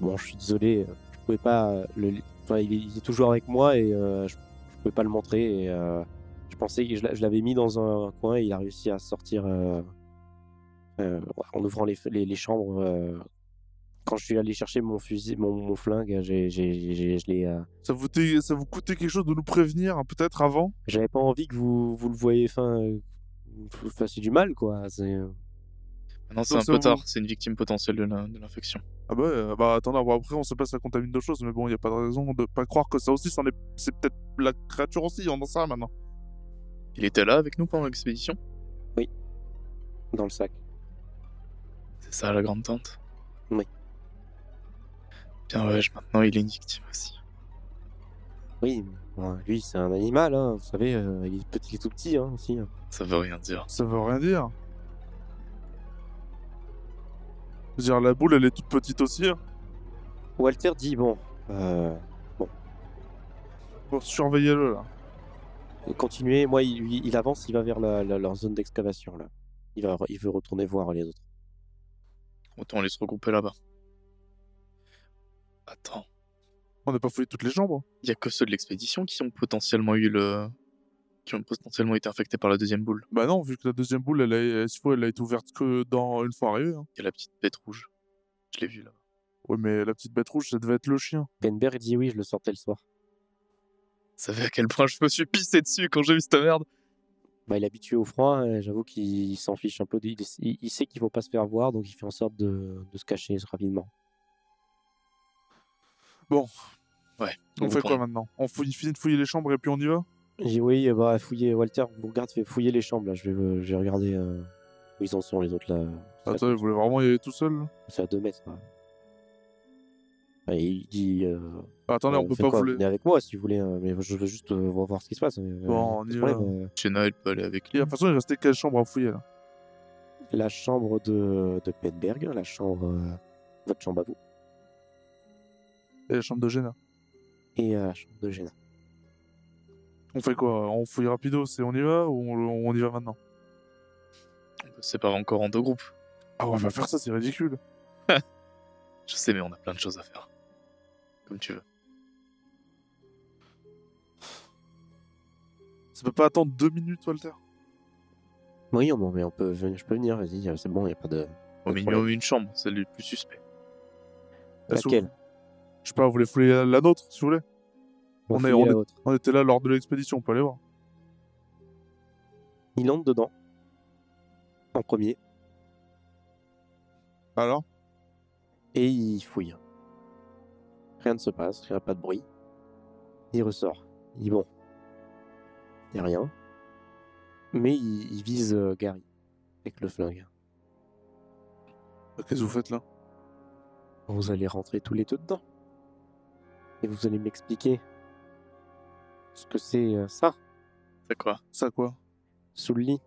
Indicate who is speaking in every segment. Speaker 1: bon, je suis désolé, euh, je pouvais pas. Le, enfin, il, est, il est toujours avec moi et euh, je, je pouvais pas le montrer. Et, euh, je pensais que je, l'a- je l'avais mis dans un coin et il a réussi à sortir euh, euh, en ouvrant les, les, les chambres. euh. quand je suis allé chercher mon fusil, mon, mon flingue, j'ai, j'ai, j'ai- je l'ai. euh,
Speaker 2: Ça vous, t'est- ça vous coûtait quelque chose de nous prévenir, hein, peut-être avant
Speaker 1: J'avais pas envie que vous, vous le voyez, enfin, euh, vous fassiez du mal, quoi. C'est, euh,
Speaker 3: Maintenant, c'est
Speaker 2: Donc,
Speaker 3: un
Speaker 2: ça
Speaker 3: peu
Speaker 2: vous-
Speaker 3: tard, c'est une victime potentielle de la- de l'infection.
Speaker 2: Ah bah, euh, bah attendez, bon, après on sait pas ça contamine d'autres choses, mais bon, il n'y a pas de raison de pas croire que ça aussi, c'en est... c'est peut-être la créature aussi, on en sait rien maintenant.
Speaker 3: Il était là avec nous pendant l'expédition
Speaker 1: dans le sac.
Speaker 3: C'est ça la grande tante
Speaker 1: Oui.
Speaker 3: Bien, ouais, je- maintenant il est une victime aussi.
Speaker 1: Oui, bon, lui, c'est un animal, hein, vous savez, euh, il, est petit, il est tout petit, hein, aussi.
Speaker 3: Ça veut rien dire.
Speaker 2: Ça veut rien dire. Je veux dire, la boule, elle est toute petite aussi. hein.
Speaker 1: Walter dit, bon, euh,
Speaker 2: Bon, surveillez-le, là.
Speaker 1: Euh, continuez, moi, il, lui- il avance, il va vers la, la- leur zone d'excavation, là. Il, va, il veut retourner voir les autres.
Speaker 3: Autant aller se regrouper là-bas. Attends,
Speaker 2: On n'a pas fouillé toutes les jambes.
Speaker 3: il y a que ceux de l'expédition qui ont potentiellement eu le. qui ont potentiellement été infectés par la deuxième boule.
Speaker 2: Bah non, vu que la deuxième boule, elle a, elle, cette fois, elle a été ouverte que dans une fois arrivée. hein.
Speaker 3: Il y a la petite bête rouge. Je l'ai vue là.
Speaker 2: Ouais, mais la petite bête rouge, ça devait être le chien.
Speaker 1: Benberg dit, oui, je le sortais le soir.
Speaker 3: Vous savez à quel point je me suis pissé dessus quand j'ai vu cette merde
Speaker 1: Bah, il est habitué au froid, euh, j'avoue qu'il s'en fiche un peu. de- Il, il- il sait qu'il faut pas se faire voir, donc il fait en sorte de, de se cacher rapidement.
Speaker 2: On
Speaker 3: Vous
Speaker 2: fait quoi
Speaker 3: prenez-
Speaker 2: maintenant On fouille, finit de fouiller les chambres et puis on y va
Speaker 1: Il dit, oui, euh, bah, fouiller, Walter, regarde, fait fouiller les chambres, là, je vais, euh, je vais regarder euh, où ils en sont, les autres, là.
Speaker 2: Attends, vous voulez vraiment y aller tout seul là
Speaker 1: C'est à deux mètres. hein. Et il dit. euh,
Speaker 2: Attendez,
Speaker 1: euh,
Speaker 2: on peut
Speaker 1: faites
Speaker 2: pas
Speaker 1: quoi,
Speaker 2: vous les-
Speaker 1: Venez avec moi si vous voulez, hein, mais je veux juste euh, voir voir ce qui se passe. mais, euh,
Speaker 2: Bon, on
Speaker 1: pas de
Speaker 2: y
Speaker 1: problème, euh.
Speaker 3: Jenna, elle peut aller avec
Speaker 2: Et
Speaker 3: lui.
Speaker 2: de toute façon, il restait quelle chambre à fouiller là
Speaker 1: La chambre de, de Penberg, la chambre. euh, votre chambre à vous,
Speaker 2: Et la chambre de Jenna.
Speaker 1: et euh, la chambre de Jenna.
Speaker 2: On fait quoi On fouille rapido, c'est on y va ou on, on y va maintenant
Speaker 3: On peut se séparer encore en deux groupes.
Speaker 2: Ah ouais, va faire ça, c'est ridicule.
Speaker 3: Je sais, mais on a plein de choses à faire. Comme tu veux.
Speaker 2: Ça peut pas attendre deux minutes, Walter
Speaker 1: Oui, on, mais on peut, venir- je peux venir, vas-y, euh, c'est bon, il n'y a pas de.
Speaker 3: Au
Speaker 1: de
Speaker 3: minimum une chambre, celle du plus suspect.
Speaker 2: Est-ce que-
Speaker 1: Laquelle
Speaker 2: Je sais pas, vous voulez fouiller la, la nôtre, si vous voulez on est-
Speaker 1: fouille
Speaker 2: on
Speaker 1: la
Speaker 2: est-
Speaker 1: autre.
Speaker 2: On était là lors de l'expédition, on peut aller voir.
Speaker 1: Il entre dedans, en premier,
Speaker 2: Alors
Speaker 1: et il fouille. Rien ne se passe, rien, pas de bruit. Il ressort. Il dit bon, il n'y a rien. Mais il, il vise euh, Gary avec le flingue.
Speaker 2: Qu'est-ce que vous faites là
Speaker 1: Vous allez rentrer tous les deux dedans. Et vous allez m'expliquer ce que c'est euh, ça,
Speaker 3: C'est quoi
Speaker 2: Ça quoi
Speaker 1: sous le lit,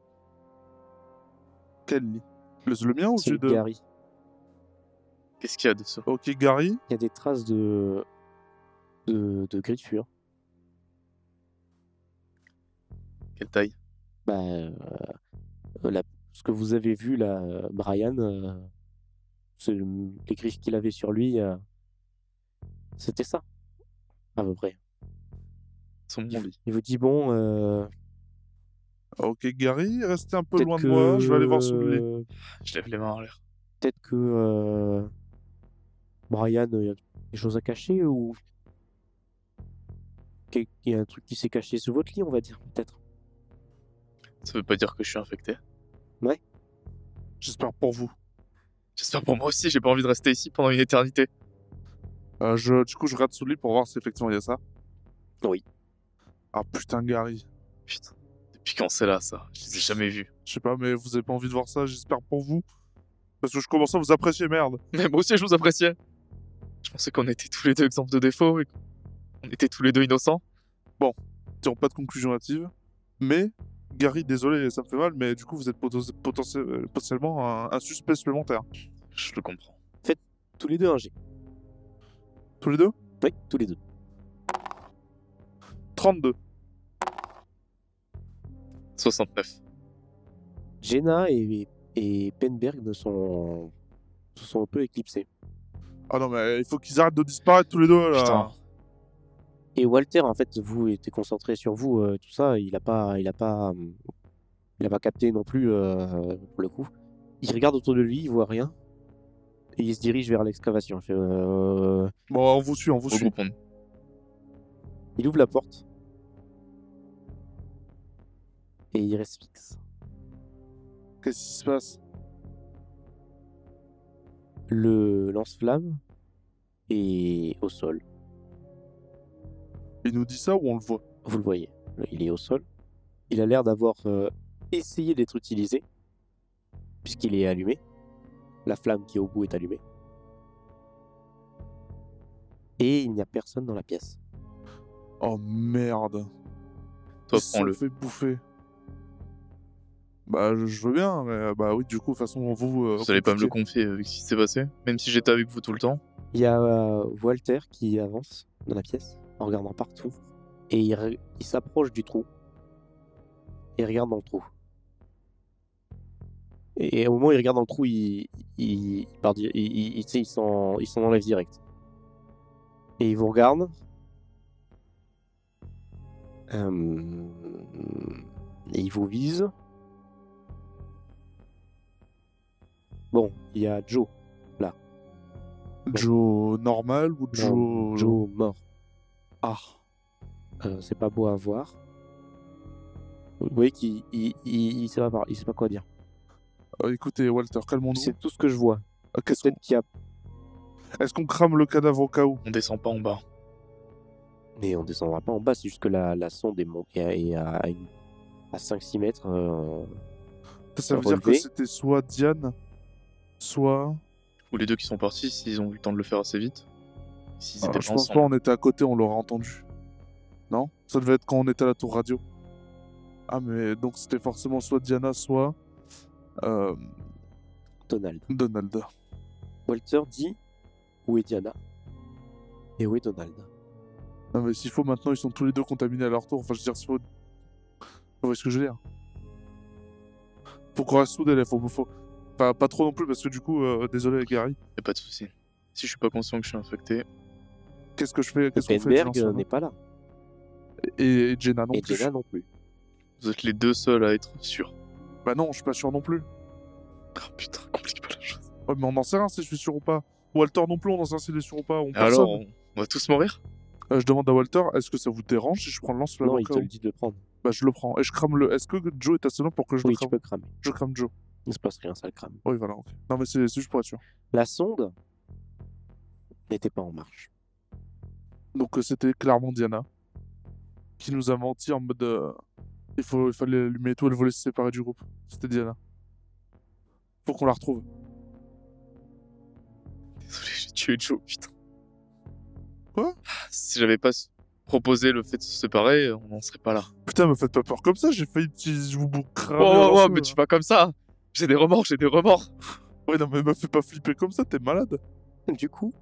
Speaker 2: Quel lit le, le mien ou
Speaker 1: sous
Speaker 2: celui
Speaker 1: le
Speaker 2: de
Speaker 1: Gary.
Speaker 3: Qu'est-ce qu'il y a dessous
Speaker 2: Ok, Gary
Speaker 1: Il y a des traces de, de, de hein. griffures.
Speaker 3: Quelle taille
Speaker 1: Bah, euh, euh, la- ce que vous avez vu là, euh, Brian, euh, c'est le- les griffes qu'il avait sur lui, euh, c'était ça, à peu près.
Speaker 3: Son
Speaker 1: Il,
Speaker 3: bon lit.
Speaker 1: il vous dit bon, euh,
Speaker 2: Ok, Gary, restez un peu
Speaker 1: peut-être
Speaker 2: loin
Speaker 1: que-
Speaker 2: de moi, je vais aller voir sous le lit.
Speaker 3: Je lève les mains en l'air.
Speaker 1: peut-être que euh, Brian, il y a des choses à cacher ou qu'il y a un truc qui s'est caché sous votre lit, on va dire peut-être.
Speaker 3: Ça veut pas dire que je suis infecté.
Speaker 2: J'espère pour vous.
Speaker 3: J'espère pour moi aussi, j'ai pas envie de rester ici pendant une éternité.
Speaker 2: Euh, je, du coup, je rate sous le lit pour voir si effectivement il y a ça.
Speaker 1: Oui.
Speaker 2: Ah putain, Gary.
Speaker 3: Putain. Depuis quand c'est là, ça Je les ai jamais vus.
Speaker 2: Je sais pas, mais vous avez pas envie de voir ça, j'espère pour vous. Parce que je commence à vous apprécier, merde.
Speaker 3: Mais moi aussi, je vous appréciais. Je pensais qu'on était tous les deux exemples de défauts et qu'on était tous les deux innocents.
Speaker 2: Tirons pas de conclusion hâtive. Mais, Gary, désolé, ça me fait mal, mais du coup, vous êtes poten- potentie- euh, potentiellement un, un suspect supplémentaire.
Speaker 3: Je le comprends.
Speaker 1: Tous les deux un G.
Speaker 2: Tous les deux
Speaker 1: Oui, tous les deux.
Speaker 2: 32.
Speaker 3: 69.
Speaker 1: Jenna et, et Penberg ne sont, se sont un peu éclipsés.
Speaker 2: Ah non, mais il faut qu'ils arrêtent de disparaître tous les deux là.
Speaker 4: Putain.
Speaker 1: Et Walter, en fait, vous étiez concentré sur vous, euh, tout ça. Il a pas, il a pas, hum, il a pas capté non plus euh, pour le coup. Il regarde autour de lui, il voit rien, et il se dirige vers l'excavation. Il, fait, euh,
Speaker 2: Bon, on vous suit, on vous suit.
Speaker 3: Regroupons.
Speaker 1: il ouvre la porte et il reste fixe.
Speaker 2: Qu'est-ce qui se passe
Speaker 1: Le lance-flamme est au sol.
Speaker 2: Il nous dit ça ou on le voit
Speaker 1: Vous le voyez, il est au sol. Il a l'air d'avoir euh, essayé d'être utilisé, puisqu'il est allumé. La flamme qui est au bout est allumée. Et il n'y a personne dans la pièce.
Speaker 2: Oh merde.
Speaker 3: Toi,
Speaker 2: Ils se
Speaker 3: prends-le.
Speaker 2: fait bouffer. Bah, je, je veux bien, mais euh, bah oui, du coup, de toute façon, on vous. euh,
Speaker 3: Vous allez pas me le
Speaker 2: compliquez.
Speaker 3: confier avec ce qui s'est passé Même si j'étais avec vous tout le temps
Speaker 1: Il y a euh, Walter qui avance dans la pièce en regardant partout. Et il, re- il s'approche du trou. Et il regarde dans le trou. Et, et au moment où il regarde dans le trou, il, il, il part di- il- il- il- tu sais, il s'en il s'en enlève direct. Et il vous regarde. Euh, et il vous vise. Bon, il y a Joe.
Speaker 2: Joe normal ou Joe.
Speaker 1: Joe mort.
Speaker 2: Ah.
Speaker 1: Euh, c'est pas beau à voir. Vous voyez qu'il il, il- il sait pas par- il sait pas quoi dire.
Speaker 2: Euh, écoutez, Walter, calmons-nous.
Speaker 1: C'est tout ce que je vois.
Speaker 2: Euh, qu'est-ce qu'on-
Speaker 1: Peut-être qu'il y a.
Speaker 2: Est-ce qu'on crame le cadavre au cas où
Speaker 3: On descend pas en bas.
Speaker 1: Mais on descendra pas en bas, c'est juste que la, la sonde est montée à, est à, à une- à 5-6 mètres. euh,
Speaker 2: Ça veut dire que
Speaker 1: Relevé.
Speaker 2: c'était soit Diane, soit.
Speaker 3: Ou les deux qui sont partis, s'ils ont eu le temps de le faire assez vite. S'ils
Speaker 2: Ah,
Speaker 3: étaient
Speaker 2: je
Speaker 3: pas
Speaker 2: pense
Speaker 3: ensemble.
Speaker 2: pas, on était à côté, on l'aurait entendu. Non Ça devait être quand on était à la tour radio. Ah, mais donc c'était forcément soit Diana, soit. euh,
Speaker 1: Donald.
Speaker 2: Donald.
Speaker 1: Walter dit Où est Diana Et où est Donald
Speaker 2: Non, mais s'il faut, maintenant, ils sont tous les deux contaminés à leur tour. Enfin, je veux dire, s'il faut. Vous voyez ce que je veux dire Faut qu'on reste soudés, là. Faut, faut... Enfin, pas trop non plus, parce que du coup, euh, désolé, Gary.
Speaker 3: Y a pas de souci. Si je suis pas conscient que je suis infecté,
Speaker 2: Qu'est-ce que je fais Qu'est-ce qu'on fait
Speaker 1: Penberg
Speaker 2: Dylan,
Speaker 1: euh,
Speaker 2: ça
Speaker 1: n'est pas là.
Speaker 2: Et, et Jenna non
Speaker 1: et
Speaker 2: plus.
Speaker 1: Diana non plus.
Speaker 3: vous êtes les deux seuls à être sûrs.
Speaker 2: Bah non, je suis pas sûr non plus.
Speaker 3: Ah putain, complique pas la chose.
Speaker 2: Ouais, mais on en sait rien si je suis sûr ou pas. Walter non plus, on en sait rien s'il est sûr ou pas. On personne.
Speaker 3: Alors, on... on va tous mourir
Speaker 2: Euh, je demande à Walter, est-ce que ça vous dérange si je prends le lance-flamme
Speaker 1: non,
Speaker 2: au
Speaker 1: il
Speaker 2: cas
Speaker 1: te
Speaker 2: où
Speaker 1: le dit de le prendre.
Speaker 2: Bah je le prends. Et je crame le. Est-ce que Joe est assez lent pour que je
Speaker 1: oui,
Speaker 2: le
Speaker 1: tu
Speaker 2: crame
Speaker 1: peux cramer.
Speaker 2: Je crame Joe.
Speaker 1: Il se passe rien, ça le crame.
Speaker 2: Oui, voilà. ok. Non, mais c'est c'est juste pour être sûr.
Speaker 1: La sonde n'était pas en marche.
Speaker 2: Donc euh, c'était clairement Diana qui nous a menti en mode. euh, il, faut, il fallait allumer et tout, elle voulait se séparer du groupe. C'était Diana. Faut qu'on la retrouve.
Speaker 3: Désolé, j'ai tué Joe, putain. Ah,
Speaker 2: Quoi
Speaker 3: Si j'avais pas s- proposé le fait de se séparer, on n'en serait pas là.
Speaker 2: Putain, me faites pas peur comme ça, j'ai failli. petit- Je vous bou- crame.
Speaker 3: Oh,
Speaker 2: le
Speaker 3: oh, oh,
Speaker 2: lance-flamme,
Speaker 3: mais
Speaker 2: là.
Speaker 3: tu vas comme ça J'ai des remords, j'ai des remords
Speaker 2: Ouais, non, mais me fais pas flipper comme ça, t'es malade.
Speaker 1: Du coup,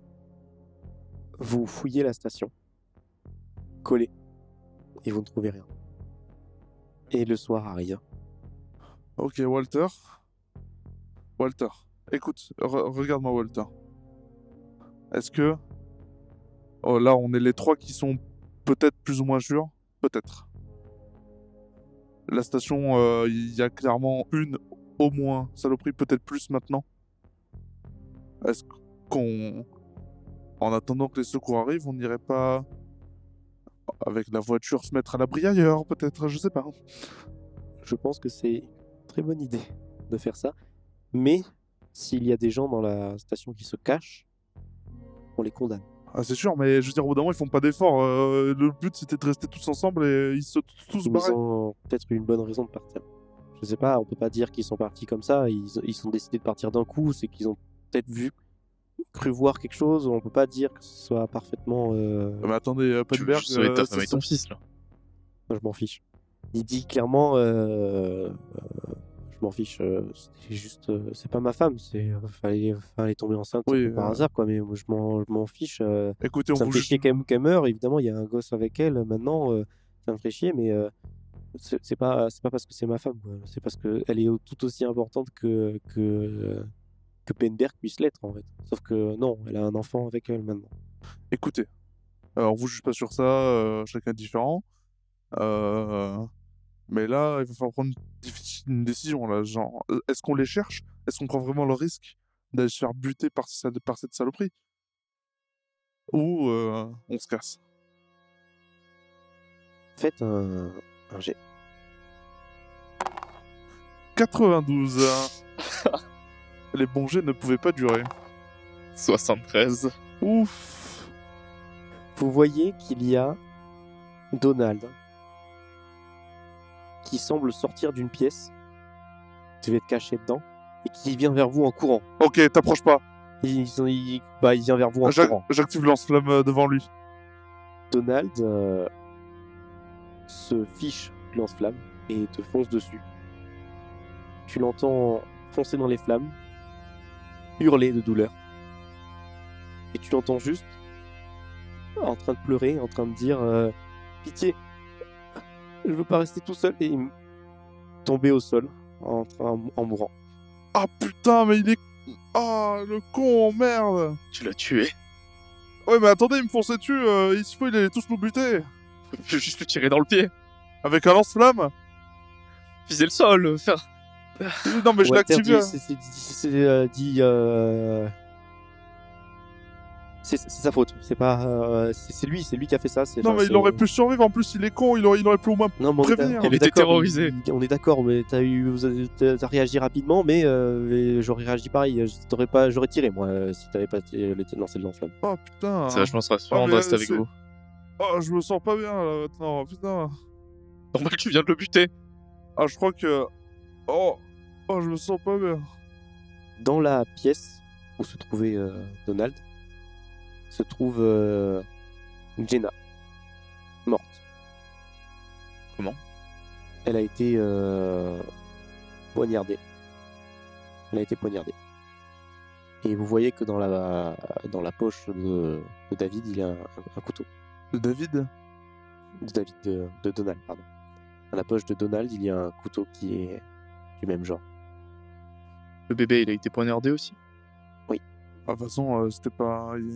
Speaker 1: vous fouillez la station, collez, et vous ne trouvez rien. Et le soir arrive.
Speaker 2: Ok, Walter. Walter, écoute, re- regarde-moi, Walter. Est-ce que. Oh, là, on est les trois qui sont peut-être plus ou moins sûrs. Peut-être. La station, euh, il y a clairement une, au moins, saloperie, peut-être plus maintenant. Est-ce qu'on. En attendant que les secours arrivent, on n'irait pas. Avec la voiture, se mettre à l'abri ailleurs, peut-être, je sais pas.
Speaker 1: Je pense que c'est une très bonne idée de faire ça. Mais s'il y a des gens dans la station qui se cachent, on les condamne.
Speaker 2: Ah, c'est sûr, mais je veux dire, au bout d'un moment, ils font pas d'efforts. Euh, le but, c'était de rester tous ensemble et ils se tous
Speaker 1: Ils
Speaker 2: barrés.
Speaker 1: ont peut-être une bonne raison de partir. Je sais pas, on peut pas dire qu'ils sont partis comme ça. Ils, ils sont décidés de partir d'un coup. C'est qu'ils ont peut-être vu, cru voir quelque chose. On peut pas dire que ce soit parfaitement. euh,
Speaker 2: Mais attendez, euh,
Speaker 3: Tu veux
Speaker 2: Penberg,
Speaker 3: juste sauver
Speaker 2: euh,
Speaker 3: ta
Speaker 2: c'est
Speaker 3: femme et
Speaker 2: ça.
Speaker 3: ton fils, là.
Speaker 1: Non, je m'en fiche. Il dit clairement, euh, euh, je m'en fiche. euh, c'est juste, euh, c'est pas ma femme. C'est euh, fallait, fallait tomber enceinte
Speaker 2: Oui,
Speaker 1: par
Speaker 2: euh.
Speaker 1: hasard, quoi. Mais moi, je m'en, je m'en fiche. euh,
Speaker 2: écoutez, on
Speaker 1: ça me
Speaker 2: vous
Speaker 1: fait
Speaker 2: juge-
Speaker 1: chier qu'elle qu'elle meure. Évidemment, il y a un gosse avec elle. Maintenant, euh, ça me fait chier, mais euh, c'est c'est pas, c'est pas parce que c'est ma femme. quoi. C'est parce que elle est au- tout aussi importante que que euh, que Penberg puisse l'être en fait. Sauf que non, elle a un enfant avec elle maintenant.
Speaker 2: Écoutez, alors vous juge pas sur ça, euh, chacun est différent. Euh, mais là, il va falloir prendre une diffi- une décision. Là, genre, euh, est-ce qu'on les cherche Est-ce qu'on prend vraiment le risque d'aller se faire buter par, ce- par cette saloperie Ou euh, on se casse
Speaker 1: Faites un, un jet.
Speaker 2: 92 hein. Les bons jets ne pouvaient pas durer.
Speaker 3: 73.
Speaker 2: Ouf
Speaker 1: Vous voyez qu'il y a Donald qui semble sortir d'une pièce. Tu vas être caché dedans et qui vient vers vous en courant.
Speaker 2: Ok, t'approches pas.
Speaker 1: Il, il- bah, il vient vers vous en
Speaker 2: J'ac-
Speaker 1: courant.
Speaker 2: J'active le lance-flamme euh, devant lui.
Speaker 1: Donald euh, se fiche du lance-flamme et te fonce dessus. Tu l'entends foncer dans les flammes, hurler de douleur. Et tu l'entends juste en train de pleurer, en train de dire euh, Pitié, je veux pas rester tout seul. Et il- tomber au sol en, train, en mourant.
Speaker 2: Ah putain, mais il est... Ah, le con, merde
Speaker 3: Tu l'as tué.
Speaker 2: Ouais, mais attendez, il me fonçait dessus, euh, il se fout, il allait tous nous buter
Speaker 3: Je vais juste le tirer dans le pied.
Speaker 2: Avec un lance-flamme
Speaker 3: Viser le sol. euh, Faire...
Speaker 2: Non, mais je
Speaker 1: Walter
Speaker 2: l'active.
Speaker 1: dit-
Speaker 2: là.
Speaker 1: c'est- c'est- C'est euh, dit. euh, C'est c'est sa faute. C'est pas. euh, c'est c'est lui. C'est lui qui a fait ça. c'est-
Speaker 2: Non,
Speaker 1: enfin,
Speaker 2: mais
Speaker 1: c'est-
Speaker 2: il aurait pu survivre, en plus, il est con, il aurait, il aurait pu au moins...
Speaker 1: Non, mais on est d'ac-
Speaker 2: prévenir.
Speaker 1: on
Speaker 3: Il
Speaker 1: est
Speaker 3: était
Speaker 1: d'accord,
Speaker 3: terrorisé.
Speaker 1: il- On est d'accord, mais t'as eu, vous avez- t'as t'as réagi rapidement, mais euh, et j'aurais réagi pareil. Je- t'aurais pas, j'aurais tiré moi euh, si t'avais pas tiré- le- lancé le lance-flamme.
Speaker 2: Oh putain
Speaker 3: C'est vachement
Speaker 2: Ah,
Speaker 3: stressant, on
Speaker 2: mais,
Speaker 3: reste
Speaker 2: euh,
Speaker 3: avec
Speaker 2: c'est-
Speaker 3: vous.
Speaker 2: Oh, je me sens pas bien, là, maintenant, putain
Speaker 3: Normal, tu viens de le buter.
Speaker 2: Ah, je crois que... Oh Oh, je me sens pas bien.
Speaker 1: Dans la pièce où se trouvait euh, Donald, se trouve euh, Jenna, morte.
Speaker 3: Comment
Speaker 1: Elle a été euh, poignardée. Elle a été poignardée. Et vous voyez que dans la, dans la poche de, de David, il y a un- un couteau.
Speaker 2: David
Speaker 1: de David de, de Donald, pardon. Dans la poche de Donald, il y a un couteau qui est du même genre.
Speaker 3: Le bébé, il a été poignardé aussi.
Speaker 2: Ah, de toute façon, euh, c'était pas... Il...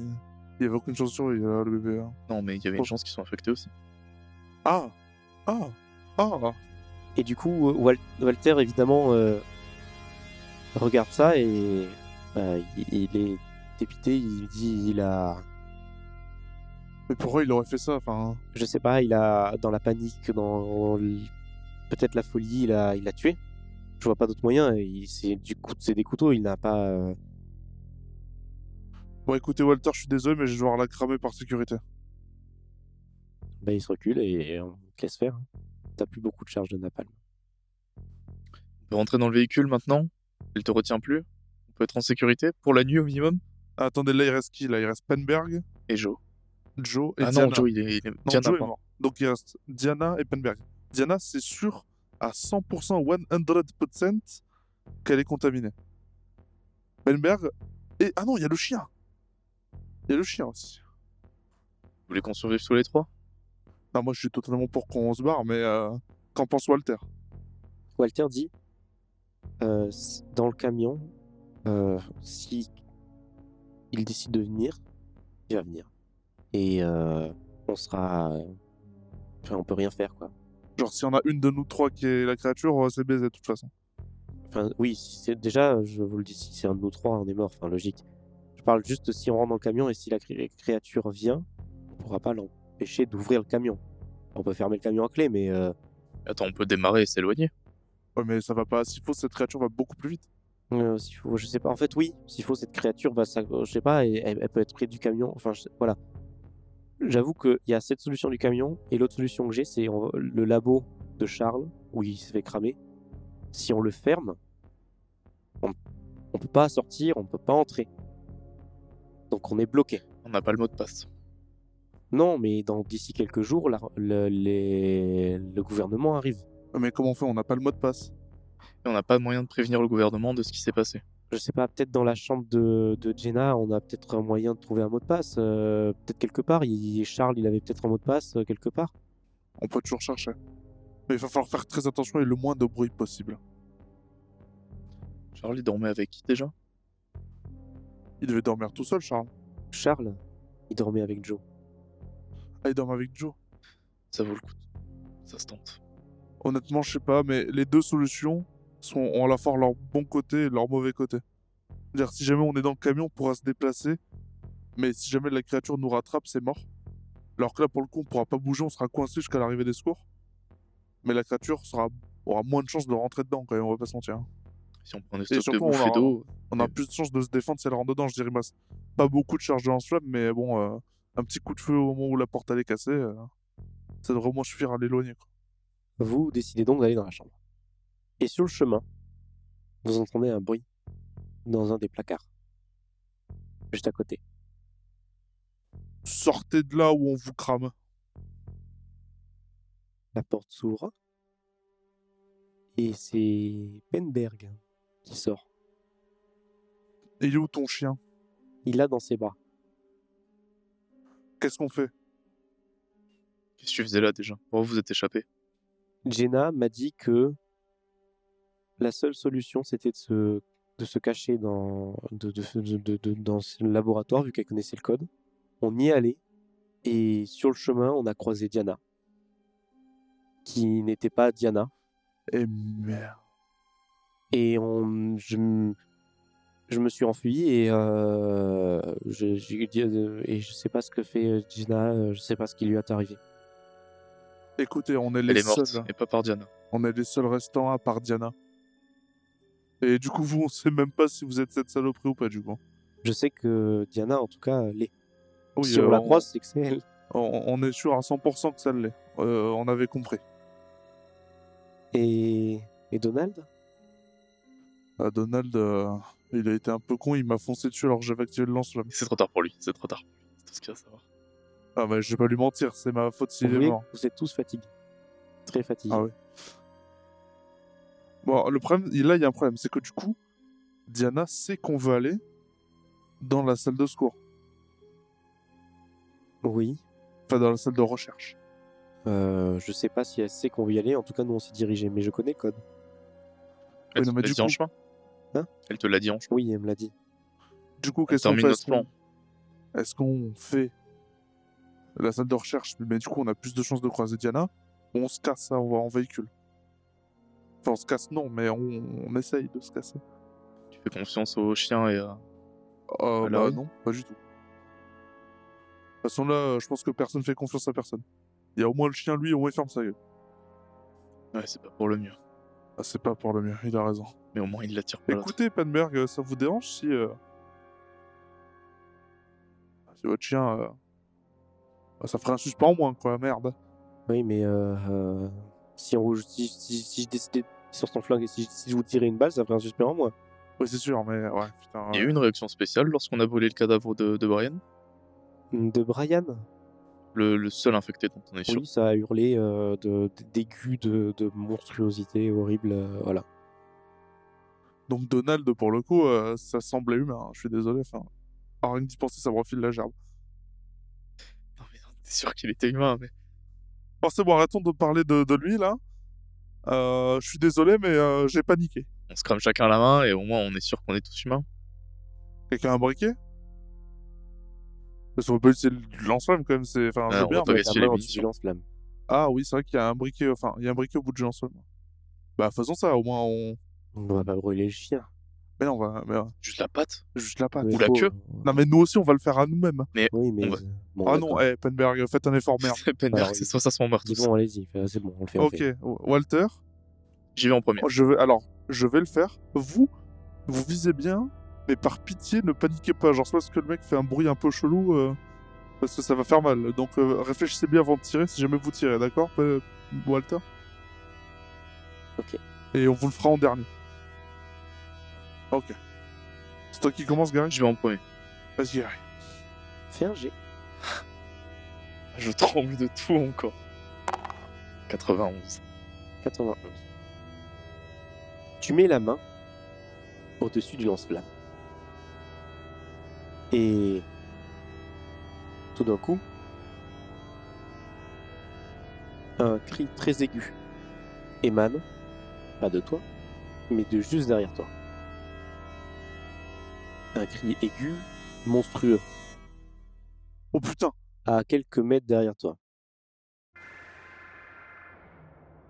Speaker 2: il y avait aucune chance sur lui, là, le bébé. hein.
Speaker 3: Non, mais il y avait
Speaker 2: Oh.
Speaker 3: une chance qu'ils soient infectés aussi.
Speaker 2: Ah Ah Ah
Speaker 1: Et du coup, euh, Wal- Walter, évidemment, euh, regarde ça et euh, il, il est dépité. Il dit, il a,
Speaker 2: Mais pourquoi il aurait fait ça, enfin... hein.
Speaker 1: je sais pas, il a dans la panique, dans l- peut-être la folie, il a, il a tué. Je vois pas d'autre moyen. Il- C'est du coup, c'est des couteaux. Il n'a pas. euh,
Speaker 2: Bon, écoutez, Walter, je suis désolé, mais je vais devoir la cramer par sécurité.
Speaker 1: ben, il se recule et on te laisse faire. hein. T'as plus beaucoup de charge de napalm.
Speaker 3: On peut rentrer dans le véhicule maintenant. Il te retient plus. On peut être en sécurité pour la nuit au minimum.
Speaker 2: Ah, attendez, là, il reste qui Là, il reste Penberg,
Speaker 3: Et Joe.
Speaker 2: Joe et
Speaker 3: Ah
Speaker 2: Diana.
Speaker 3: non, Joe, il est. il est-
Speaker 2: Non,
Speaker 3: Diana,
Speaker 2: Joe est
Speaker 3: pardon.
Speaker 2: mort. Donc, il reste Diana et Penberg. Diana, c'est sûr à 100%, 100% qu'elle est contaminée. Penberg et... Ah non, il y a le chien Il y a le chien aussi.
Speaker 3: Vous voulez qu'on survive tous les trois
Speaker 2: Non, moi, je suis totalement pour qu'on se barre, mais... euh, Qu'en pense Walter
Speaker 1: Walter dit euh, s- dans le camion, euh, si il décide de venir, il va venir. Et euh, on sera. euh, Enfin, on peut rien faire, quoi.
Speaker 2: Genre, s'il y en a une de nous trois qui est la créature, euh, c'est baisé, de toute façon.
Speaker 1: Enfin, oui, si c'est- déjà, je vous le dis, si c'est un de nous trois, on est mort, enfin, logique. Je parle juste de si on rentre dans le camion et si la cré- créature vient, on pourra pas l'empêcher d'ouvrir le camion. On peut fermer le camion à clé, mais. euh,
Speaker 3: Attends, on peut démarrer et s'éloigner.
Speaker 2: Ouais, mais ça va pas... S'il faut, cette créature va beaucoup plus vite.
Speaker 1: Euh, s'il faut, je sais pas. En fait, oui, s'il faut, cette créature va, s'ac- je sais pas, et- elle, elle peut être prise du camion. Enfin, je- voilà. J'avoue qu'il y a cette solution du camion et l'autre solution que j'ai, c'est on- le labo de Charles où il se fait cramer. Si on le ferme, on, on peut pas sortir, on peut pas entrer. Donc on est bloqué.
Speaker 3: On n'a pas le mot de passe.
Speaker 1: Non, mais dans d'ici quelques jours, la- le, les- le gouvernement arrive.
Speaker 2: Mais comment on fait On n'a pas le mot de passe.
Speaker 3: Et on n'a pas moyen de prévenir le gouvernement de ce qui s'est passé.
Speaker 1: je sais pas, peut-être dans la chambre de, de Jenna, on a peut-être un moyen de trouver un mot de passe. euh, peut-être quelque part. Il- Charles, il avait peut-être un mot de passe euh, quelque part.
Speaker 2: On peut toujours chercher. Mais il va falloir faire très attention et le moins de bruit possible.
Speaker 3: Charlie dormait avec qui déjà
Speaker 2: Il devait dormir tout seul, Charles.
Speaker 1: Charles, il dormait avec Joe.
Speaker 2: Ah, il dort avec Joe.
Speaker 3: Ça vaut le coup. Ça se tente.
Speaker 2: Honnêtement, je sais pas, mais les deux solutions sont, ont à la fois leur bon côté et leur mauvais côté. C'est-à-dire, si jamais on est dans le camion, on pourra se déplacer, mais si jamais la créature nous rattrape, c'est mort. Alors que là, pour le coup, on pourra pas bouger, on sera coincé jusqu'à l'arrivée des secours. Mais la créature sera, aura moins de chances de rentrer dedans quand même, on va pas se mentir.
Speaker 3: Si on prend des
Speaker 2: Et
Speaker 3: stocks de
Speaker 2: surtout, on
Speaker 3: bouffées
Speaker 2: a-
Speaker 3: d'eau,
Speaker 2: On a
Speaker 3: Ouais.
Speaker 2: plus de chances de se défendre si elle rentre dedans, je dirais. bah, c'est Pas beaucoup de charge de lance-flamme, mais bon, euh, un petit coup de feu au moment où la porte allait casser, euh, ça devrait au moins suffire à l'éloigner. quoi.
Speaker 1: Vous décidez donc d'aller dans la chambre. Et sur le chemin, vous entendez un bruit dans un des placards. Juste à côté.
Speaker 2: Sortez de là où on vous crame.
Speaker 1: La porte s'ouvre. Et c'est Penberg qui sort.
Speaker 2: Et il est où ton chien
Speaker 1: Il a dans ses bras.
Speaker 2: Qu'est-ce qu'on fait
Speaker 3: qu'est-ce que tu faisais là déjà Pourquoi vous êtes échappé
Speaker 1: Jenna m'a dit que la seule solution, c'était de se, de se cacher dans, de, de- de- de- de- dans ce laboratoire, vu qu'elle connaissait le code. On y est allé, et sur le chemin, on a croisé Diana, qui n'était pas Diana.
Speaker 2: Et Eh merde.
Speaker 1: Et on, je, m- je me suis enfui, et, euh, je, j'ai dit, euh, et je sais pas ce que fait euh, Diana, euh, je sais pas ce qui lui est arrivé.
Speaker 2: Écoutez, on est
Speaker 3: Elle
Speaker 2: les
Speaker 3: est morte,
Speaker 2: seuls.
Speaker 3: et pas par Diana.
Speaker 2: On est les seuls restants à part Diana. Et du coup, vous, on sait même pas si vous êtes cette saloperie ou pas, du coup.
Speaker 1: Je sais que Diana, en tout cas, l'est.
Speaker 2: Oui,
Speaker 1: si on
Speaker 2: euh,
Speaker 1: la croise, c'est que c'est elle.
Speaker 2: on, on est sûr à 100% que ça l'est. Euh, on avait compris.
Speaker 1: Et, et Donald
Speaker 2: Ah, Donald, euh, il a été un peu con, il m'a foncé dessus alors que j'avais activé le lance-flamme.
Speaker 3: C'est trop tard pour lui, c'est trop tard. C'est tout ce qu'il y a à savoir.
Speaker 2: Ah, mais je vais pas lui mentir, c'est ma faute s'il
Speaker 1: vous,
Speaker 2: est
Speaker 1: voyez que
Speaker 2: mort.
Speaker 1: vous êtes tous fatigués. Très fatigués.
Speaker 2: Ah ouais. Bon, le problème, là, il y a un problème, c'est que du coup, Diana sait qu'on veut aller dans la salle de secours,
Speaker 1: Oui.
Speaker 2: enfin dans la salle de recherche.
Speaker 1: Euh, je sais pas si elle sait qu'on veut y aller. En tout cas, nous, on s'est dirigé. Mais je connais le code.
Speaker 3: Elle
Speaker 2: Oui, non,
Speaker 3: te
Speaker 2: mais
Speaker 3: l'a
Speaker 2: du
Speaker 3: dit en
Speaker 2: coup-
Speaker 3: chemin
Speaker 1: Hein
Speaker 3: Elle te l'a dit en chemin.
Speaker 1: Oui, elle me l'a dit.
Speaker 2: Du coup,
Speaker 3: Elle
Speaker 2: qu'est-ce qu'on
Speaker 3: termine
Speaker 2: fait
Speaker 3: notre
Speaker 2: Est-ce qu'on-
Speaker 3: plan.
Speaker 2: Est-ce qu'on fait la salle de recherche Mais du coup, on a plus de chances de croiser Diana. ou On se casse, hein, on va en véhicule. Enfin, on se casse, non, mais on, on essaye de se casser.
Speaker 3: Tu fais confiance au chien et à...
Speaker 2: Euh,
Speaker 3: Bah là,
Speaker 2: bah
Speaker 3: oui.
Speaker 2: non, pas du tout. De toute façon, là, euh, je pense que personne fait confiance à personne. Il y a au moins le chien, lui, au moins il ferme sa gueule.
Speaker 3: Ouais, c'est pas pour le mieux.
Speaker 2: Ah, c'est pas pour le mieux, il a raison.
Speaker 3: Mais au moins, il l'attire pas l'autre.
Speaker 2: Écoutez, Penberg, euh, ça vous dérange si. euh, Si votre chien. euh, bah, ça ferait un suspect en moins, quoi, merde.
Speaker 1: Oui, mais euh, euh, si, on, si, si, si je décidais sur ton flingue et si, si je vous tirais une balle, ça ferait un suspect en moi.
Speaker 2: Oui, c'est sûr, mais ouais, putain. euh,
Speaker 3: Il y a
Speaker 2: ouais.
Speaker 3: eu une réaction spéciale lorsqu'on a volé le cadavre de, de Brian,
Speaker 1: De Brian
Speaker 3: le, le seul infecté dont on est sûr.
Speaker 1: Oui, ça a hurlé euh, de- d'aigu, de, de monstruosité horrible. euh, voilà.
Speaker 2: Donc, Donald, pour le coup, euh, ça semblait humain, hein, je suis désolé. Enfin, alors, rien que d'y penser, ça me refile la gerbe.
Speaker 3: Non, mais non, t'es sûr qu'il était humain, mais.
Speaker 2: Bon, c'est bon, arrêtons de parler de, de lui, là. Euh, je suis désolé, mais euh, j'ai paniqué.
Speaker 3: On se crame chacun la main et au moins on est sûr qu'on est tous humains.
Speaker 2: Quelqu'un a un briquet Parce qu'on peut utiliser le lance-flamme quand même, c'est. Enfin,
Speaker 3: Ah,
Speaker 2: je veux
Speaker 3: on
Speaker 2: bien,
Speaker 3: va pas
Speaker 2: mais-
Speaker 1: Avec la
Speaker 3: gaspiller
Speaker 1: main
Speaker 3: les
Speaker 1: en dessous du
Speaker 3: munitions.
Speaker 1: lance-flamme.
Speaker 2: Ah oui, c'est vrai qu'il y a un briquet, enfin, il y a un briquet au bout du lance-flamme. Bah, faisons ça, au moins on.
Speaker 1: On va pas brûler le chien.
Speaker 2: Mais non, on va. mais, euh,
Speaker 3: Juste la patte
Speaker 2: juste la patte.
Speaker 1: Mais
Speaker 3: Ou la
Speaker 1: faut- hein.
Speaker 3: queue.
Speaker 2: Non, mais nous aussi, on va le faire à nous-mêmes.
Speaker 1: Oui, mais.
Speaker 3: On va-
Speaker 1: bon,
Speaker 2: ah
Speaker 1: d'accord.
Speaker 2: non, eh, Penberg, faites un effort, merde.
Speaker 3: C'est peinard,
Speaker 1: Alors,
Speaker 3: c'est soit ça, soit on meurt
Speaker 1: C'est
Speaker 3: tous.
Speaker 1: bon, allez-y. euh, C'est bon, on le fait. on le
Speaker 2: ok,
Speaker 1: fait.
Speaker 2: Walter,
Speaker 3: J'y vais en premier.
Speaker 2: je vais... alors, je vais le faire. Vous, vous visez bien, mais par pitié, ne paniquez pas. Genre, c'est parce que le mec fait un bruit un peu chelou, euh, parce que ça va faire mal. Donc, euh, réfléchissez bien avant de tirer, si jamais vous tirez, d'accord, euh, Walter
Speaker 1: Ok.
Speaker 2: Et on vous le fera en dernier. Ok. C'est toi qui commence, Gary
Speaker 3: Je vais en premier.
Speaker 2: Vas-y, Gary.
Speaker 1: Fais un jet.
Speaker 3: Je tremble de tout encore. 91.
Speaker 1: 91. Tu mets la main au-dessus du lance-flamme. Et tout d'un coup, un cri très aigu émane, pas de toi, mais de juste derrière toi. un cri aigu, monstrueux,
Speaker 2: Oh putain
Speaker 1: à quelques mètres derrière toi.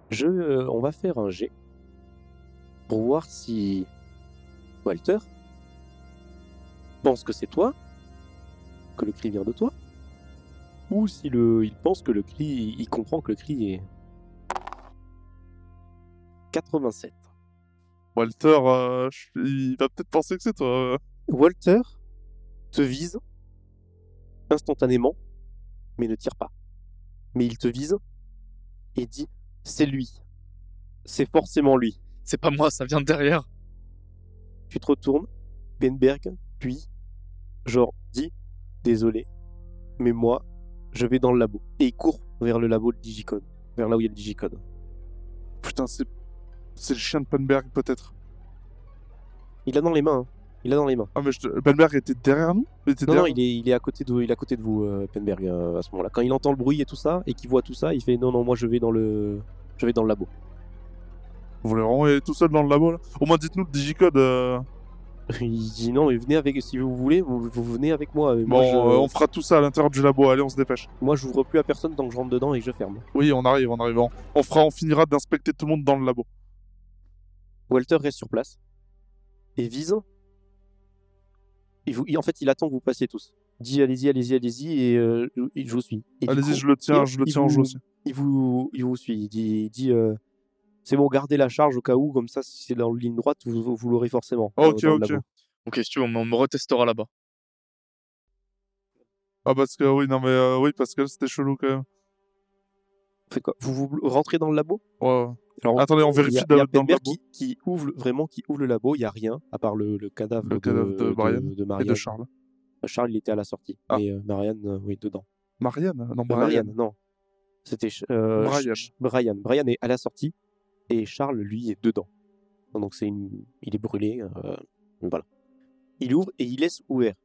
Speaker 1: Je, euh, on va faire un jet pour voir si Walter pense que c'est toi, que le cri vient de toi, ou si le, il pense que le cri, il comprend que le cri est 87.
Speaker 2: Walter, euh, je- il va peut-être penser que c'est toi. euh.
Speaker 1: Walter te vise instantanément, mais ne tire pas. Mais il te vise et dit C'est lui. C'est forcément lui.
Speaker 3: C'est pas moi, ça vient de derrière.
Speaker 1: Tu te retournes, Benberg, puis, genre, dit Désolé, mais moi, je vais dans le labo. Et il court vers le labo de Digicode, vers là où il y a le Digicode.
Speaker 2: Putain, c'est... C'est le chien de Penberg, peut-être.
Speaker 1: Il l'a dans les mains. hein. Il l'a dans les mains.
Speaker 2: Ah, mais je... te- Penberg était derrière nous Il était
Speaker 1: Non, non,
Speaker 2: derrière
Speaker 1: il est, il est à côté de vous, il est à côté de vous, euh, Penberg, euh, à ce moment-là. Quand il entend le bruit et tout ça, et qu'il voit tout ça, il fait non, non, moi je vais dans le, je vais dans le labo.
Speaker 2: Vous voulez vraiment y aller tout seul dans le labo, là Au moins, dites-nous le digicode. euh.
Speaker 1: Il dit non, mais venez avec, si vous voulez, vous, vous venez avec moi. mais
Speaker 2: Bon,
Speaker 1: moi, je,
Speaker 2: euh, on fera tout ça à l'intérieur du labo. Allez, on se dépêche.
Speaker 1: moi, j'ouvre plus à personne tant que je rentre dedans et que je ferme.
Speaker 2: Oui, on arrive, on arrive. On, on fera, on finira d'inspecter tout le monde dans le labo.
Speaker 1: Walter reste sur place et vise. Et vous, et en fait, il attend que vous passiez tous. Il Dit allez-y, allez-y, allez-y, et euh, et je vous suis. Et du
Speaker 2: Allez-y,
Speaker 1: coup,
Speaker 2: je le tiens,
Speaker 1: il-
Speaker 2: je le
Speaker 1: il
Speaker 2: tiens, je
Speaker 1: vous-
Speaker 2: le tiens.
Speaker 1: il vous, il vous suit. Il dit, il dit euh, c'est bon, gardez la charge au cas où, comme ça, si c'est dans la ligne droite, vous, vous- vous l'aurez forcément.
Speaker 2: Ah, ok,
Speaker 1: dans le
Speaker 2: ok.
Speaker 1: labo.
Speaker 3: Ok, si tu veux, on me retestera là-bas.
Speaker 2: Ah, parce que oui, non, mais euh, oui, Pascal, c'était chelou quand même.
Speaker 1: Faites quoi vous, vous rentrez dans le labo
Speaker 2: Ouais, ouais.
Speaker 1: Alors,
Speaker 2: Attendez, on
Speaker 1: il y a-
Speaker 2: vérifie
Speaker 1: il y a
Speaker 2: dans, dans le
Speaker 1: Penberg
Speaker 2: labo.
Speaker 1: Qui, qui ouvre le- vraiment qui ouvre le labo, il y a rien à part le, le cadavre,
Speaker 2: Le cadavre de Marianne
Speaker 1: de,
Speaker 2: Et
Speaker 1: Marianne.
Speaker 2: de Charles.
Speaker 1: Charles, il était à la sortie,
Speaker 2: Ah.
Speaker 1: mais euh, Marianne, euh, oui, dedans.
Speaker 2: Marianne Non,
Speaker 1: Euh,
Speaker 2: Marianne.
Speaker 1: non. C'était ch- euh,
Speaker 2: Brian.
Speaker 1: ch- Brian. Brian est à la sortie et Charles, lui, est dedans. Donc c'est une... il est brûlé. euh, voilà. Il ouvre et il laisse ouvert.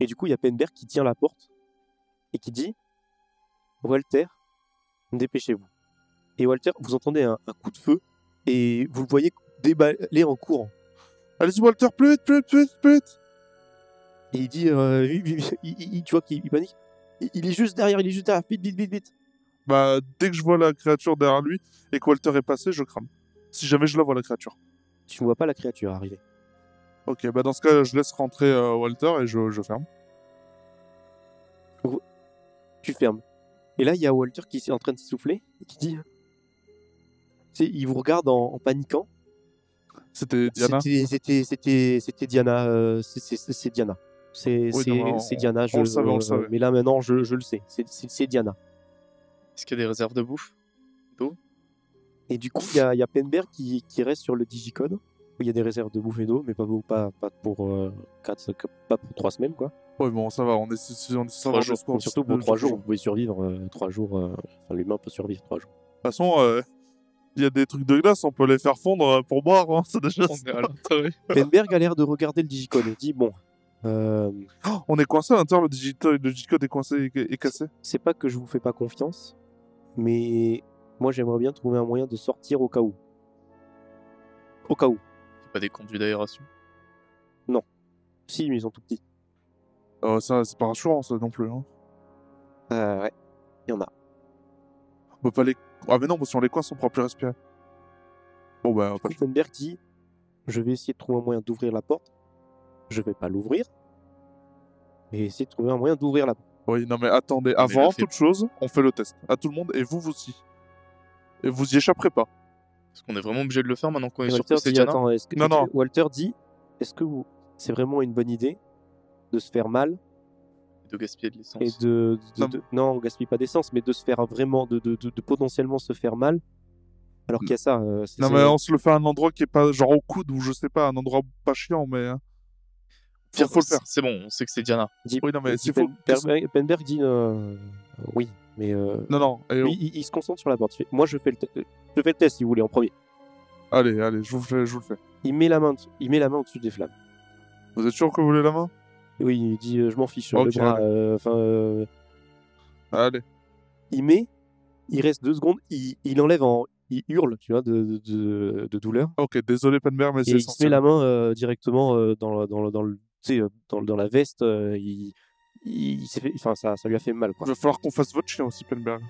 Speaker 1: Et du coup, il y a Penberg qui tient la porte et qui dit Walter, dépêchez-vous. Et Walter, vous entendez un, un coup de feu et vous le voyez déballer en courant.
Speaker 2: Allez-y, Walter, plus vite, plus vite, plus vite, plus vite.
Speaker 1: Et il dit euh, il- il- il- il- Tu vois qu'il il panique il, il est juste derrière, il est juste derrière. Vite, vite, vite, vite.
Speaker 2: Bah, dès que je vois la créature derrière lui et que Walter est passé, je crame. Si jamais je la vois, la créature.
Speaker 1: Tu ne vois pas la créature arriver.
Speaker 2: Ok, bah dans ce cas, je laisse rentrer euh, Walter et je, je ferme.
Speaker 1: tu fermes. Et là, il y a Walter qui est en train de s'essouffler et qui dit. Tu sais, il vous regarde en, en paniquant.
Speaker 2: C'était Diana.
Speaker 1: C'était- C'était c'était- c'était Diana. euh, c'est- c'est c'est- c'est Diana. C'est
Speaker 2: Oui,
Speaker 1: c'est-
Speaker 2: non, mais on-
Speaker 1: c'est Diana.
Speaker 2: on le savait, on le savait.
Speaker 1: Mais là, maintenant, je, je le sais. C'est- C'est c'est Diana.
Speaker 3: Est-ce qu'il y a des réserves de bouffe
Speaker 1: Et du coup, il y a, il y a Penberg qui, qui reste sur le digicode. où Il y a des réserves de bouffée d'eau, mais pas, pour- pas, pas, pour, euh, quatre- pas pour trois semaines, quoi.
Speaker 2: Ouais, bon, ça va, on est, si- on est ça va,
Speaker 3: Trois jours,
Speaker 2: je pense.
Speaker 1: Surtout pour trois jours, vous pouvez survivre euh, trois jours. euh, enfin, l'humain peut survivre trois jours.
Speaker 2: De toute façon, euh, il y a des trucs de glace, on peut les faire fondre euh, pour boire, hein, c'est déjà
Speaker 3: On est
Speaker 2: ça.
Speaker 3: à l'intérieur.
Speaker 1: Penberg a l'air de regarder le digicode et dit Bon, euh,
Speaker 2: Oh, on est coincé à l'intérieur, le digital, le digicode est coincé et, et cassé.
Speaker 1: c'est pas que je vous fais pas confiance, mais moi j'aimerais bien trouver un moyen de sortir au cas où. Au cas où.
Speaker 3: C'est pas des conduits d'aération.
Speaker 1: Si, mais ils sont tout petits.
Speaker 2: Euh, ça, c'est pas rassurant, ça non plus. Hein.
Speaker 1: Euh, ouais. Il y en a.
Speaker 2: On peut pas les. Ah, mais non, si on les coince, on pourra plus respirer. Bon, bah, pas...
Speaker 1: Gutenberg dit Je vais essayer de trouver un moyen d'ouvrir la porte. Je vais pas l'ouvrir. Mais essayer de trouver un moyen d'ouvrir la porte.
Speaker 2: oui, non, mais attendez,
Speaker 3: mais
Speaker 2: avant
Speaker 3: le fait-
Speaker 2: toute chose, on fait le test. À tout le monde, et vous vous aussi. Et vous y échapperez pas.
Speaker 3: Est-ce qu'on est vraiment obligé de le faire maintenant qu'on est
Speaker 1: Et
Speaker 3: sur
Speaker 1: Walter
Speaker 3: c'est
Speaker 1: dit,
Speaker 3: Diana
Speaker 1: Attends, est-ce que-
Speaker 2: Non, non.
Speaker 1: Walter dit Est-ce que vous- c'est vraiment une bonne idée de se faire mal
Speaker 3: De gaspiller de l'essence.
Speaker 1: et de, de-
Speaker 2: Non.
Speaker 1: de- non on gaspille pas d'essence mais de se faire vraiment de, de, de- de potentiellement se faire mal alors qu'il y a ça euh, c'est-
Speaker 2: Mm. Non,
Speaker 1: c'est-
Speaker 2: mais on se le fait à un endroit qui est pas genre au coude ou je sais pas, un endroit pas chiant, mais. hein. Faut,
Speaker 3: Pire,
Speaker 2: faut le
Speaker 3: c'est-
Speaker 2: faire.
Speaker 3: C'est bon, on sait que c'est Diana.
Speaker 1: Dit-
Speaker 2: Oui, non, mais
Speaker 1: dit
Speaker 2: s'il faut.
Speaker 1: Pen- Penberg, Penberg dit euh, oui, mais euh,
Speaker 2: Non, non, et-
Speaker 1: lui, il, il se concentre sur la porte. Il fait, Moi, je fais le, te- je fais le test si vous voulez en premier.
Speaker 2: allez, allez, je vous, le fais, je vous le fais.
Speaker 1: Il met la main, dessous- il met la main au-dessus des flammes.
Speaker 2: Vous êtes sûr que vous voulez la main
Speaker 1: Et oui, il dit euh, je m'en fiche.
Speaker 2: Ok,
Speaker 1: le bras, euh, enfin, euh,
Speaker 2: Allez.
Speaker 1: il met, il reste deux secondes, il, il enlève en, il hurle, tu vois, de, de, de- de douleur.
Speaker 2: Ah, Ok, désolé, Penberg, mais
Speaker 1: Et
Speaker 2: c'est
Speaker 1: il se met
Speaker 2: essentiel.
Speaker 1: la main euh, directement euh, dans, le- dans, le- dans, le- tu sais, euh, dans, dans la veste, euh, il, il, il s'est fait, enfin, ça, ça lui a fait mal,
Speaker 2: Il
Speaker 1: quoi.
Speaker 2: va falloir qu'on fasse votre chien aussi, Plenberg.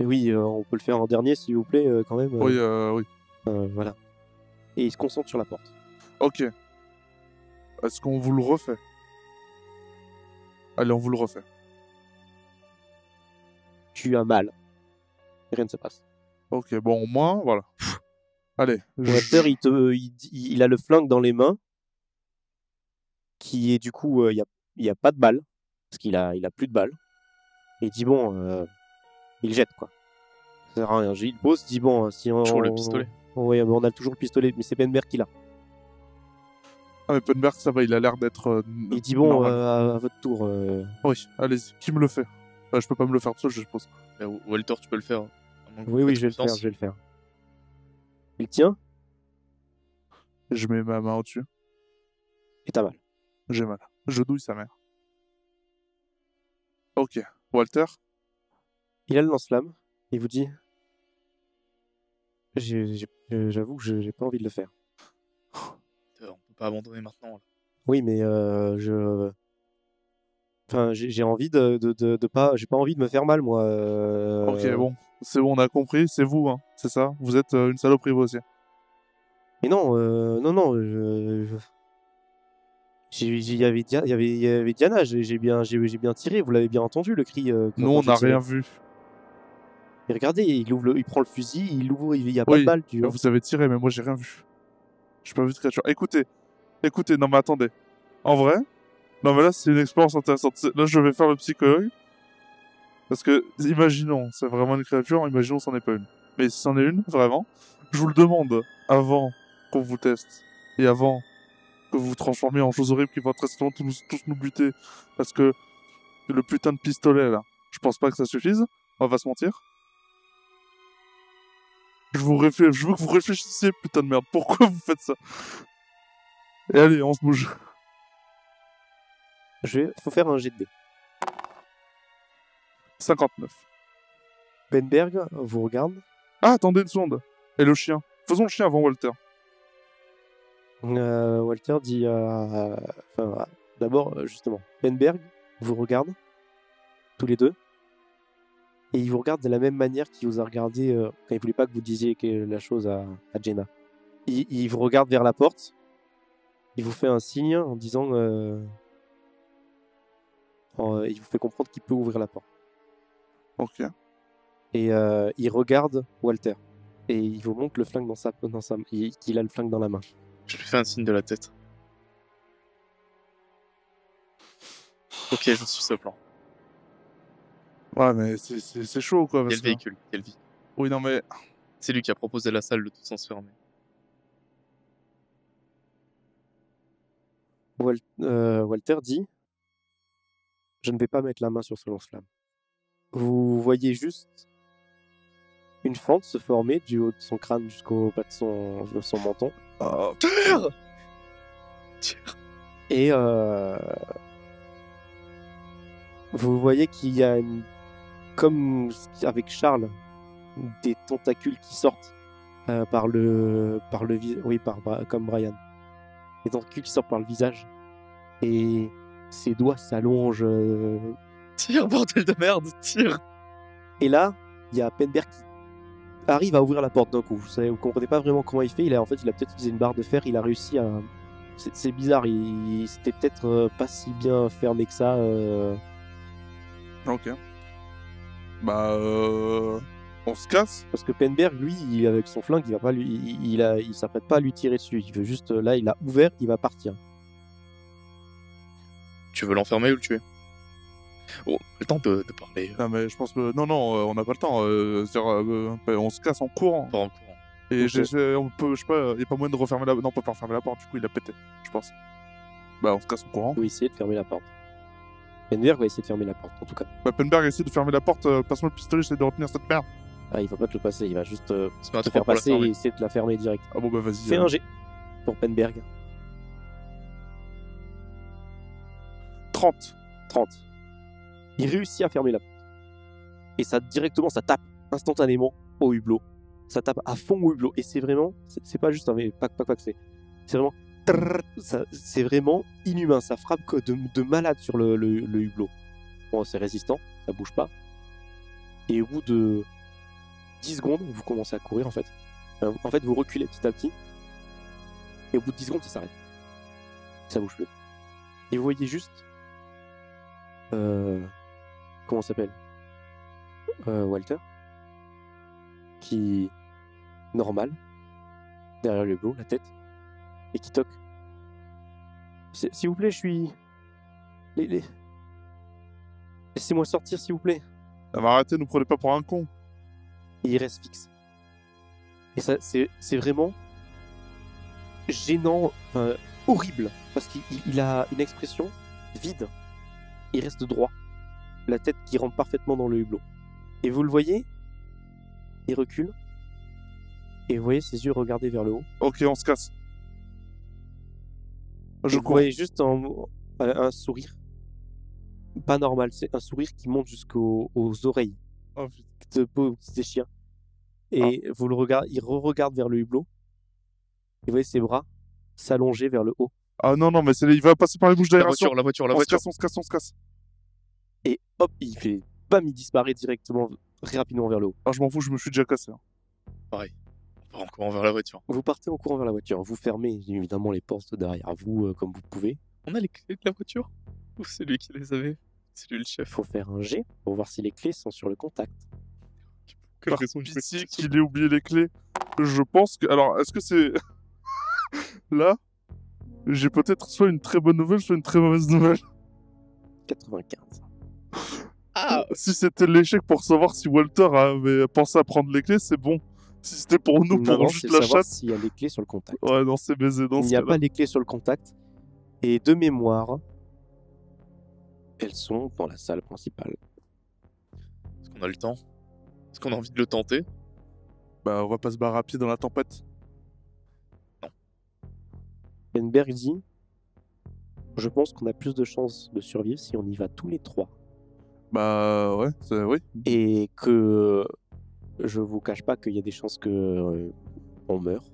Speaker 1: Et oui, euh, on peut le faire en dernier, s'il vous plaît, euh, quand même. euh,
Speaker 2: Oui, euh, oui.
Speaker 1: euh, voilà. Et il se concentre sur la porte.
Speaker 2: Ok. Est-ce qu'on vous le refait Allez, on vous le refait.
Speaker 1: Tu as mal. Et rien ne se passe.
Speaker 2: Ok, bon, au moins, voilà. Pff. Allez. je-
Speaker 1: Walter, il, te, il, dit- il a le flingue dans les mains, qui est du coup, euh, il n'y a, pas de balle, parce qu'il a, il a plus de balle. Et il dit, bon, euh, il jette, quoi. Ça sert à rien. Il pose, dit, bon, euh, si on...
Speaker 3: Toujours le pistolet.
Speaker 1: Oui, on a toujours le pistolet, mais c'est Penberg qui l'a.
Speaker 2: Ah, mais Plenberg, ça va, il a l'air d'être. euh, n-
Speaker 1: Il dit, bon,
Speaker 2: normal.
Speaker 1: euh, à, à votre tour. euh,
Speaker 2: Oui, allez-y. Qui me le fait Bah, Je peux pas me le faire tout seul, je suppose.
Speaker 3: Bah, Walter, tu peux le faire. hein. à moins que
Speaker 1: Oui,
Speaker 3: vous
Speaker 1: oui,
Speaker 3: faites
Speaker 1: je vais le faire,
Speaker 3: confiance.
Speaker 1: je vais le faire. Il tient,
Speaker 2: Je mets ma main au-dessus.
Speaker 1: et t'as mal.
Speaker 2: J'ai mal. Je douille sa mère. Ok. Walter
Speaker 1: Il a le lance-flamme, il vous dit, J'ai- j'ai- euh, j'avoue que je- j'ai pas envie de le faire.
Speaker 3: Walter, On peut pas abandonner maintenant. là.
Speaker 1: Oui, mais euh, je. Enfin, j'ai j'ai envie de, de, de, de pas. J'ai pas envie de me faire mal, moi. euh.
Speaker 2: Ok, bon. C'est bon, on a compris. C'est vous, hein. C'est ça Vous êtes euh, une saloperie, vous aussi.
Speaker 1: Mais non, euh, non, non. Je, je- j'ai- j'ai- Il y avait Dia- il y avait, il y avait Diana, j'ai j'ai bien, j'ai j'ai bien tiré, vous l'avez bien entendu le cri. euh, quand-
Speaker 2: Nous, on
Speaker 1: quand j'ai
Speaker 2: n'a
Speaker 1: tiré.
Speaker 2: rien vu.
Speaker 1: Et regardez, il, ouvre le- il prend le fusil, il ouvre, il n'y a pas
Speaker 2: Oui,
Speaker 1: de balle. Tu vois.
Speaker 2: Ah, Vous avez tiré, mais moi, j'ai rien vu. J'ai pas vu de créature. Écoutez. Écoutez, non, mais attendez. En vrai Non, mais là, c'est une expérience intéressante. C'est- Là, je vais faire le psychologue. Parce que, imaginons, c'est vraiment une créature, imaginons, c'en est pas une. Mais si c'en est une, vraiment, je vous le demande avant qu'on vous teste et avant que vous vous transformiez en choses horribles qui vont très certainement tous, tous nous buter. Parce que le putain de pistolet, là, je pense pas que ça suffise. On va pas se mentir. Je, vous réfl- je veux que vous réfléchissiez, putain de merde. Pourquoi vous faites ça Et allez, on se bouge.
Speaker 1: Je vais, faut faire un jet de dés.
Speaker 2: 59.
Speaker 1: Benberg vous regarde.
Speaker 2: Ah, attendez une seconde. Et le chien. Faisons le chien avant Walter.
Speaker 1: Euh, Walter dit. euh, euh, enfin, euh, D'abord, euh, justement, Benberg vous regarde, tous les deux, et il vous regarde de la même manière qu'il vous a regardé euh, quand il voulait pas que vous disiez que- la chose à, à Jenna. Il, il vous regarde vers la porte, il vous fait un signe en disant. euh, en- euh, il vous fait comprendre qu'il peut ouvrir la porte.
Speaker 2: Ok.
Speaker 1: Et euh, il regarde Walter, et il vous montre le flingue dans sa. Dans sa il- qu'il a le flingue dans la main.
Speaker 3: Je lui fais un signe de la tête. Ok, je suis ce plan.
Speaker 2: Ouais, mais c'est- c'est c'est chaud, quoi.
Speaker 3: Il y a
Speaker 2: parce
Speaker 3: le
Speaker 2: que-
Speaker 3: véhicule, il y a le véhicule.
Speaker 2: Oui, non, mais
Speaker 3: C'est lui qui a proposé la salle de tous enfermés.
Speaker 1: Wal- euh, Walter dit Je ne vais pas mettre la main sur ce lance-flamme. Vous voyez juste une fente se former du haut de son crâne jusqu'au bas de son, de son menton.
Speaker 2: Oh,
Speaker 1: Et euh, vous voyez qu'il y a une. Comme avec Charles, des tentacules qui sortent euh, par le. Par le vi- oui, par, Bra- comme Brian. Des tentacules qui sortent par le visage. Et ses doigts s'allongent euh,
Speaker 3: Tire, bordel de merde, tire
Speaker 1: Et là, il y a Penberg qui arrive à ouvrir la porte d'un coup. Vous savez, vous comprenez pas vraiment comment il fait. Il a en fait, il a peut-être utilisé une barre de fer. Il a réussi à. C'est c'est bizarre. Il, il- c'était peut-être euh, pas si bien fermé que ça. euh.
Speaker 2: Ok. Bah, euh... on se casse.
Speaker 1: parce que Penberg, lui, il, avec son flingue, il va pas lui, il, il a, il s'apprête pas à lui tirer dessus. Il veut juste euh, là, il a ouvert, il va partir.
Speaker 3: Tu veux l'enfermer ou le tuer Oh, le temps de, de parler. euh,
Speaker 2: Non, mais je pense que non, non, euh, on n'a pas le temps. euh, c'est-à-dire, euh, bah, on se casse en courant.
Speaker 3: Pas en courant.
Speaker 2: Et
Speaker 1: Ok.
Speaker 2: j'ai- j'ai- on peut, je sais pas, il y a pas moyen de refermer la, non, on peut pas refermer la porte. Du coup, il a pété, je pense. Bah, on se casse en courant.
Speaker 1: Il va essayer de fermer la porte. Penberg va essayer de fermer la porte. En tout cas,
Speaker 2: Bah, Penberg essaie de fermer la porte. euh, Passe-moi le pistolet, j'essaie de retenir cette merde.
Speaker 1: Ah, il va pas te le passer. Il va juste euh,
Speaker 3: On se met à
Speaker 1: te faire
Speaker 3: trois pour la
Speaker 1: passer et
Speaker 3: fermer.
Speaker 1: essayer de la fermer direct.
Speaker 2: Ah bon, bah vas-y.
Speaker 1: Fais
Speaker 2: euh,
Speaker 1: un G pour Penberg.
Speaker 2: 30.
Speaker 1: 30. Il réussit à fermer la porte. Et ça, directement, ça tape instantanément au hublot. Ça tape à fond au hublot. Et c'est vraiment, c'est c'est pas juste un mais pac, pac, pac, c'est c'est vraiment Trrr, ça- C'est vraiment inhumain. Ça frappe co- de, de malade sur le, le- le hublot. Bon, c'est résistant, ça bouge pas. Et au bout de 10 secondes, vous commencez à courir en fait. Euh, En fait, vous reculez petit à petit. Et au bout de 10 secondes, ça s'arrête. Ça bouge plus. Et vous voyez juste. Euh, comment ça s'appelle Euh, Walter. Qui. Normal. Derrière le hublot, la tête et qui toque. S- S'il vous plaît, je suis. Les, les- Laissez-moi sortir, s'il vous plaît.
Speaker 2: Ah, bah, arrêtez, nous prenez pas pour un con.
Speaker 1: Et il reste fixe. Et ça, c'est c'est vraiment gênant, enfin, horrible, parce qu'il il- il a une expression vide. Il reste droit, la tête qui rentre parfaitement dans le hublot. Et vous le voyez, il recule, et vous voyez ses yeux regarder vers le haut.
Speaker 2: Ok, on se casse. Ah,
Speaker 1: Je
Speaker 2: Je
Speaker 1: vous
Speaker 2: cours.
Speaker 1: voyais juste un, un- un sourire. Pas normal, c'est un sourire qui monte jusqu'aux aux oreilles
Speaker 2: Oh, putain.
Speaker 1: de beau des chiens. Et
Speaker 2: Ah.
Speaker 1: vous le regardez, il re-regarde vers le hublot. Et vous voyez ses bras s'allonger vers le haut.
Speaker 2: Ah non, non, mais c'est... il va passer par les bouches
Speaker 3: La
Speaker 2: d'aération.
Speaker 3: voiture, la voiture, la
Speaker 2: on se
Speaker 3: voiture.
Speaker 2: casse, on se casse, on se casse.
Speaker 1: Et hop, il fait bam, il disparaît directement, très rapidement vers le haut.
Speaker 2: Ah, je m'en fous, je me suis déjà cassé. hein.
Speaker 3: On part en courant vers la voiture.
Speaker 1: Vous partez en courant vers la voiture, vous fermez évidemment les portes derrière vous euh, comme vous pouvez.
Speaker 3: On a les clés de la voiture Ou c'est lui qui les avait C'est lui le chef.
Speaker 1: Faut faire un G pour voir si les clés sont sur le contact.
Speaker 3: Quelle
Speaker 2: Par
Speaker 3: raison il fait
Speaker 2: pitié qu'il ait oublié les clés. Je pense que. Alors, est-ce que c'est. Là, j'ai peut-être soit une très bonne nouvelle, soit une très mauvaise nouvelle.
Speaker 1: 95. Oh.
Speaker 3: Ah
Speaker 2: Si c'était l'échec pour savoir si Walter avait pensé à prendre les clés, c'est bon. Si c'était pour nous,
Speaker 1: Non,
Speaker 2: pour
Speaker 1: non, c'est
Speaker 2: juste la
Speaker 1: savoir
Speaker 2: chatte.
Speaker 1: s'il y a les clés sur le contact.
Speaker 2: Ouais, non, c'est baisé. Dans
Speaker 1: Il
Speaker 2: ce
Speaker 1: n'y a
Speaker 2: cas-là.
Speaker 1: pas les clés sur le contact. Et de mémoire, elles sont dans la salle principale.
Speaker 3: Est-ce qu'on a le temps Est-ce qu'on a envie de le tenter
Speaker 2: Bah, on va pas se barrer à pied dans la tempête.
Speaker 1: Benberg dit Je pense qu'on a plus de chances de survivre si on y va tous les trois.
Speaker 2: Bah, ouais, c'est... oui.
Speaker 1: Et que je vous cache pas qu'il y a des chances que euh, on meurt.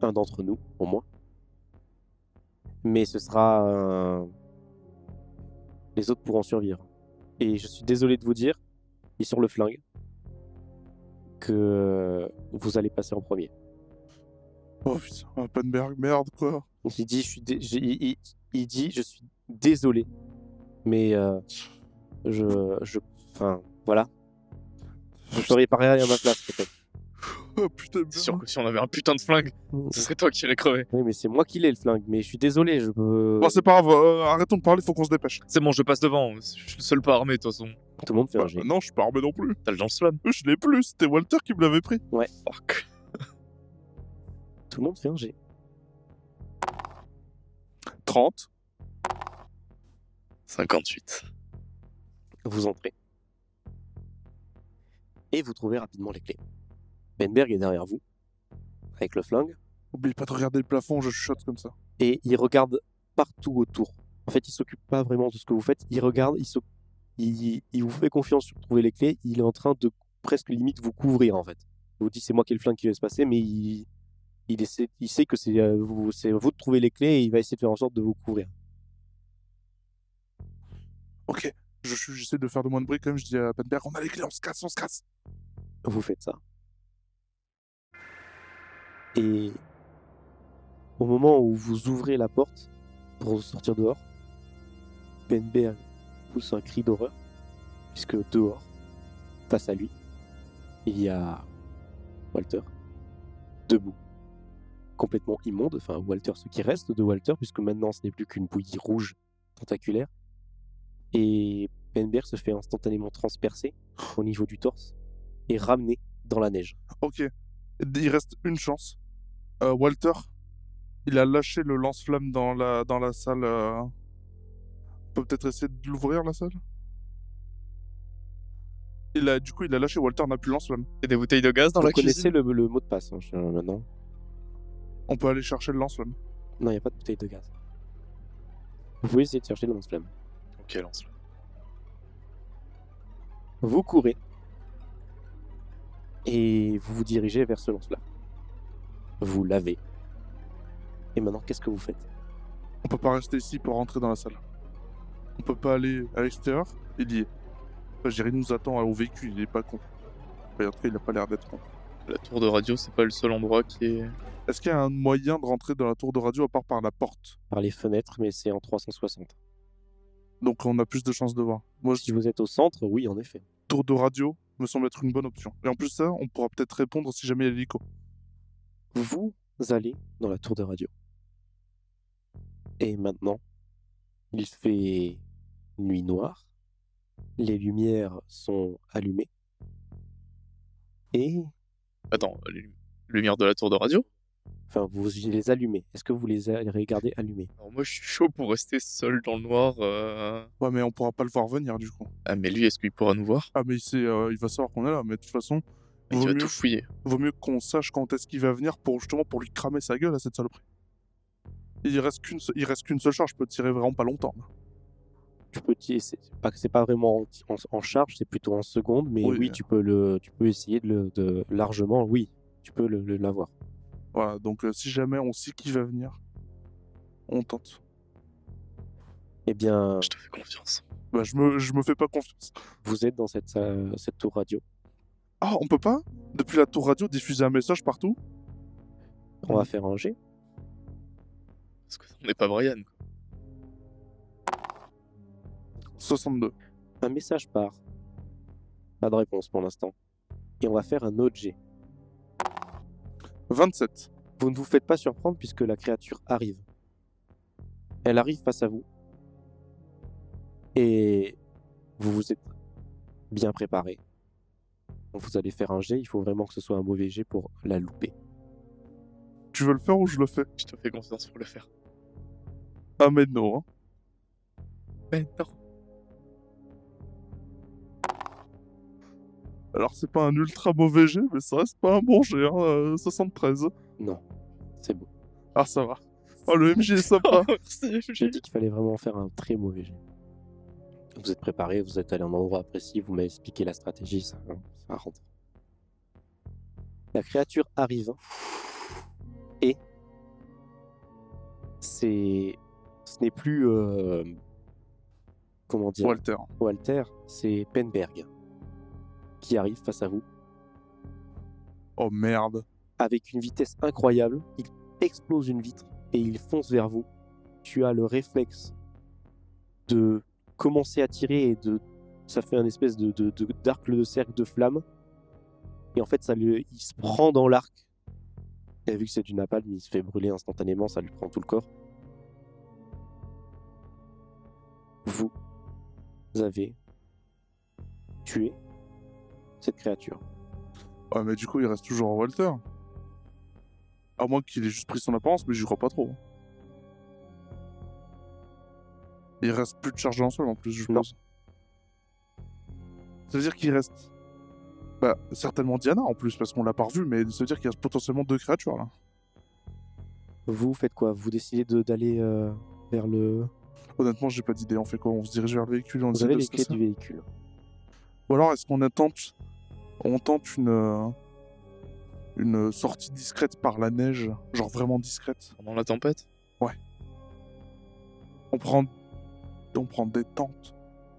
Speaker 1: Un d'entre nous, au moins. Mais ce sera. euh, Les autres pourront survivre. Et je suis désolé de vous dire, et sur le flingue, que vous allez passer en premier.
Speaker 2: Oh putain, Oppenberg, merde, quoi.
Speaker 1: Il dit, je suis dé- j'ai- il, il- il dit, je suis désolé, mais euh, je, je, enfin, voilà. Vous feriez pareil à ma place peut-être.
Speaker 2: Oh putain, merde.
Speaker 3: C'est sûr que si on avait un putain de flingue, ce serait toi qui irais crever.
Speaker 1: Oui, mais c'est moi qui l'ai le flingue. Mais je suis désolé, je peux.
Speaker 2: Bon, c'est pas grave, euh, arrêtons de parler, faut qu'on se dépêche.
Speaker 3: C'est bon, je passe devant. Je suis le seul pas armé, de toute façon.
Speaker 1: Tout le monde fait un
Speaker 2: Bah,
Speaker 1: jet.
Speaker 2: non, je suis pas armé non plus.
Speaker 3: T'as le dans le slam.
Speaker 2: Je l'ai plus, c'était Walter qui me l'avait pris.
Speaker 3: Fuck.
Speaker 1: Tout le monde fait un jet.
Speaker 2: 30.
Speaker 3: 58.
Speaker 1: Vous entrez et vous trouvez rapidement les clés. Benberg est derrière vous avec le flingue.
Speaker 2: Oublie pas de regarder le plafond, je chuchote comme ça.
Speaker 1: et il regarde partout autour. En fait, il s'occupe pas vraiment de ce que vous faites. Il regarde, il, s'oc- il, il vous fait confiance sur trouver les clés. Il est en train de presque limite vous couvrir en fait. Il vous dit c'est moi qui ai le flingue qui va se passer, mais il, il, essaie- il sait que c'est euh, vous, c'est à vous de trouver les clés et il va essayer de faire en sorte de vous couvrir.
Speaker 2: Ok, je suis- j'essaie de faire de moins de bruit quand même, je dis à Oppenberg, on a les clés, on se casse, on se casse.
Speaker 1: Vous faites ça. Et au moment où vous ouvrez la porte pour sortir dehors, Benberg pousse un cri d'horreur, puisque dehors, face à lui, il y a Walter, debout, complètement immonde, enfin Walter, ce qui reste de Walter, puisque maintenant ce n'est plus qu'une bouillie rouge tentaculaire. Et Benberg se fait instantanément transpercer au niveau du torse et ramené dans la neige.
Speaker 2: Ok, il reste une chance. Euh, Walter, il a lâché le lance-flamme dans la, dans la salle. euh. On peut peut-être essayer de l'ouvrir, la salle il a, Du coup, il a lâché, Walter n'a plus le lance-flamme.
Speaker 3: Et des bouteilles de gaz dans
Speaker 1: Vous
Speaker 3: la
Speaker 1: connaissez
Speaker 3: cuisine
Speaker 1: le, le mot de passe hein, je- maintenant
Speaker 2: On peut aller chercher le lance-flamme.
Speaker 1: Non, il n'y a pas de bouteille de gaz. Vous pouvez essayer de chercher le lance-flamme.
Speaker 3: Ok, lance
Speaker 1: Vous courez et vous vous dirigez vers ce lance-flamme. Vous l'avez. Et maintenant, qu'est-ce que vous faites
Speaker 2: On peut pas rester ici pour rentrer dans la salle. On peut pas aller à l'extérieur, il y est. Enfin, je dirais, il nous attend au véhicule, il est pas con. Enfin, en tout cas, il a pas l'air d'être con.
Speaker 3: La tour de radio, c'est pas le seul endroit qui est.
Speaker 2: Est-ce qu'il y a un moyen de rentrer dans la tour de radio à part par la porte
Speaker 1: Par les fenêtres, mais c'est en 360.
Speaker 2: Donc on a plus de chances de voir. Moi je dis
Speaker 1: Si vous êtes au centre, oui, en effet.
Speaker 2: tour de radio me semble être une bonne option. Et en plus ça, on pourra peut-être répondre si jamais il y a l'hélico.
Speaker 1: Vous allez dans la tour de radio. Et maintenant, il fait nuit noire, les lumières sont allumées, et
Speaker 3: Attends, les lumières de la tour de radio
Speaker 1: enfin vous les allumez. Est-ce que vous les a- les regardez allumées
Speaker 3: Alors moi, je suis chaud pour rester seul dans le noir. euh.
Speaker 2: Ouais mais on pourra pas le voir venir du coup.
Speaker 3: Ah, mais lui, est-ce qu'il pourra nous voir
Speaker 2: Ah mais il, sait, euh, il va savoir qu'on est là, mais de toute façon,
Speaker 3: Il
Speaker 2: Vaut
Speaker 3: va
Speaker 2: mieux.
Speaker 3: tout fouiller.
Speaker 2: vaut mieux qu'on sache quand est-ce qu'il va venir pour justement pour lui cramer sa gueule à cette saloperie. Il reste qu'une se- il reste qu'une seule charge, je peux tirer vraiment pas longtemps. là.
Speaker 1: Tu peux t'y- c'est pas c'est pas vraiment en, en- en charge, c'est plutôt en seconde, mais
Speaker 2: Oui,
Speaker 1: oui,
Speaker 2: mais-
Speaker 1: tu peux le tu peux essayer de, le- de- largement, oui, tu peux le- le- l'avoir.
Speaker 2: Voilà, donc euh, si jamais on sait qui va venir, on tente.
Speaker 1: Eh bien,
Speaker 3: Je te fais confiance.
Speaker 2: Bah je me, je me fais pas confiance.
Speaker 1: vous êtes dans cette, sa- cette tour radio.
Speaker 2: Ah, on peut pas depuis la tour radio diffuser un message partout
Speaker 1: On va faire un jet.
Speaker 3: Parce que on n'est pas Brian.
Speaker 2: 62.
Speaker 1: Un message part. Pas de réponse pour l'instant. Et on va faire un autre jet.
Speaker 2: 27.
Speaker 1: Vous ne vous faites pas surprendre puisque la créature arrive. Elle arrive face à vous. Et vous vous êtes bien préparé. Donc vous allez faire un jet, il faut vraiment que ce soit un mauvais jet pour la louper.
Speaker 2: Tu veux le faire ou je le fais
Speaker 3: Je te fais confiance pour le faire.
Speaker 2: Ah mais non. hein.
Speaker 3: Mais non.
Speaker 2: Alors c'est pas un ultra mauvais jet, mais ça reste pas un bon jet. hein, euh, 73.
Speaker 1: Non, c'est bon.
Speaker 2: Ah ça va. Oh le MJ est sympa.
Speaker 3: Merci,
Speaker 1: J'ai dit qu'il fallait vraiment faire un très mauvais jet. Vous êtes préparé, vous êtes allé à un endroit précis, vous m'avez expliqué la stratégie, ça, hein, ça rentre. La créature arrive hein, et c'est, ce n'est plus euh, comment dire
Speaker 2: Walter.
Speaker 1: Walter, c'est Penberg qui arrive face à vous
Speaker 2: Oh merde.
Speaker 1: avec une vitesse incroyable. Il explose une vitre et il fonce vers vous. Tu as le réflexe de commencer à tirer et de ça fait un espèce de de- de- d'arc de, cercle de flamme. Et en fait, ça lui, il se prend dans l'arc. Et vu que c'est du napalm, il se fait brûler instantanément, ça lui prend tout le corps. Vous avez tué cette créature.
Speaker 2: Ouais Ah, mais du coup il reste toujours en Walter. À moins qu'il ait juste pris son apparence, mais j'y crois pas trop. Il reste plus de charge dans le sol en plus, je
Speaker 1: Non.
Speaker 2: pense. Ça veut dire qu'il reste. Bah, certainement Diana en plus, parce qu'on l'a pas revue, mais ça veut dire qu'il reste potentiellement deux créatures là.
Speaker 1: Vous faites quoi Vous décidez de- d'aller euh, vers le.
Speaker 2: Honnêtement, j'ai pas d'idée. On fait quoi On se dirige vers le véhicule, on
Speaker 1: Vous
Speaker 2: essaie
Speaker 1: avez
Speaker 2: de
Speaker 1: les
Speaker 2: se
Speaker 1: clés
Speaker 2: casser
Speaker 1: du véhicule.
Speaker 2: Ou alors, est-ce qu'on attente, on tente une euh, une sortie discrète par la neige, genre vraiment discrète.
Speaker 3: Pendant la tempête
Speaker 2: On prend, on prend des tentes.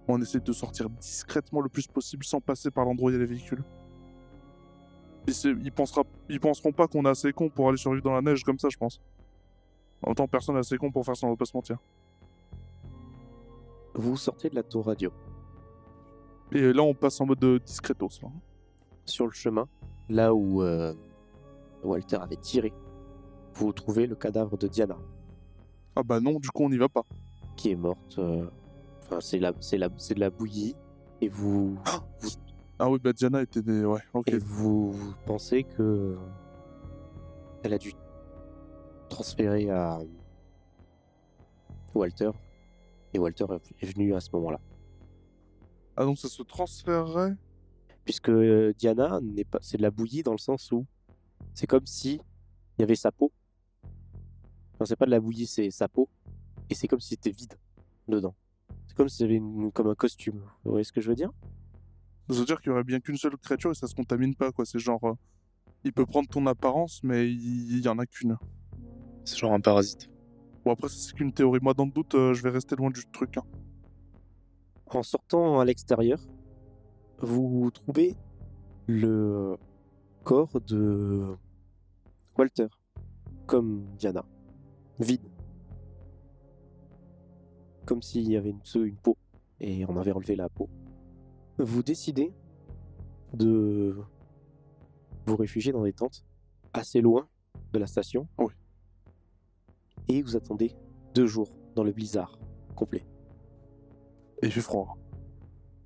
Speaker 2: On essaie de sortir discrètement le plus possible sans passer par l'endroit où il y a les véhicules. Ils, se- ils, pensera- ils penseront pas qu'on est assez con pour aller survivre dans la neige comme ça, je pense. En même temps, personne n'est assez con pour faire ça, on va pas se mentir.
Speaker 1: Vous sortez de la tour radio.
Speaker 2: Et là, on passe en mode euh, discretos. Là.
Speaker 1: Sur le chemin, là où euh, Walter avait tiré, vous trouvez le cadavre de Diana,
Speaker 2: Ah bah non, du coup, on n'y va pas.
Speaker 1: qui est morte. euh, Enfin, c'est la, c'est la, c'est de la bouillie. Et vous,
Speaker 2: Ah oui, bah Diana était des... Ouais, ok.
Speaker 1: et vous, vous pensez que euh, elle a dû transférer à Walter. Et Walter est venu à ce moment-là.
Speaker 2: Ah donc ça se transférerait
Speaker 1: puisque euh, Diana n'est pas, c'est de la bouillie dans le sens où c'est comme si il y avait sa peau. Enfin, c'est pas de la bouillie, c'est sa peau, et c'est comme si c'était vide dedans. C'est comme si avait une, comme un costume. Vous voyez ce que je veux dire
Speaker 2: Ça veut dire qu'il y aurait bien qu'une seule créature et ça se contamine pas, quoi. C'est genre... euh, il peut prendre ton apparence, mais il il y en a qu'une.
Speaker 3: C'est genre un parasite.
Speaker 2: Bon, après, ça, c'est qu'une théorie. Moi, dans le doute, euh, je vais rester loin du truc. hein.
Speaker 1: En sortant à l'extérieur, vous trouvez le corps de Walter, comme Diana, vide. Comme s'il y avait une, sous- une peau, et on avait enlevé la peau. Vous décidez de vous réfugier dans des tentes, assez loin de la station.
Speaker 2: Oui.
Speaker 1: Et vous attendez deux jours dans le blizzard complet.
Speaker 2: Et j'ai froid.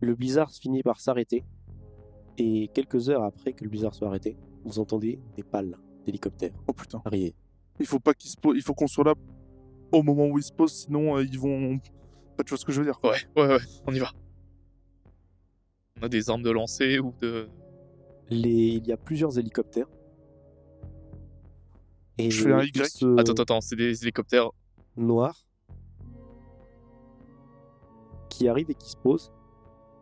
Speaker 1: Le blizzard finit par s'arrêter, et quelques heures après que le blizzard soit arrêté, vous entendez des pales d'hélicoptères
Speaker 2: Oh putain.
Speaker 1: arriver.
Speaker 2: Il faut pas qu'il se pose. Il faut qu'on soit là au moment où il se pose, sinon euh, ils vont. Pas tu vois ce que je veux dire.
Speaker 3: Ouais, ouais, ouais, on y va. On a des armes de lancer ou de.
Speaker 2: Euh.
Speaker 1: Les... Il y a plusieurs hélicoptères. Et
Speaker 2: Je fais un
Speaker 1: le
Speaker 2: Y.
Speaker 1: X
Speaker 3: Attends, attends, attends, c'est des hélicoptères.
Speaker 1: noir qui arrive et qui se pose,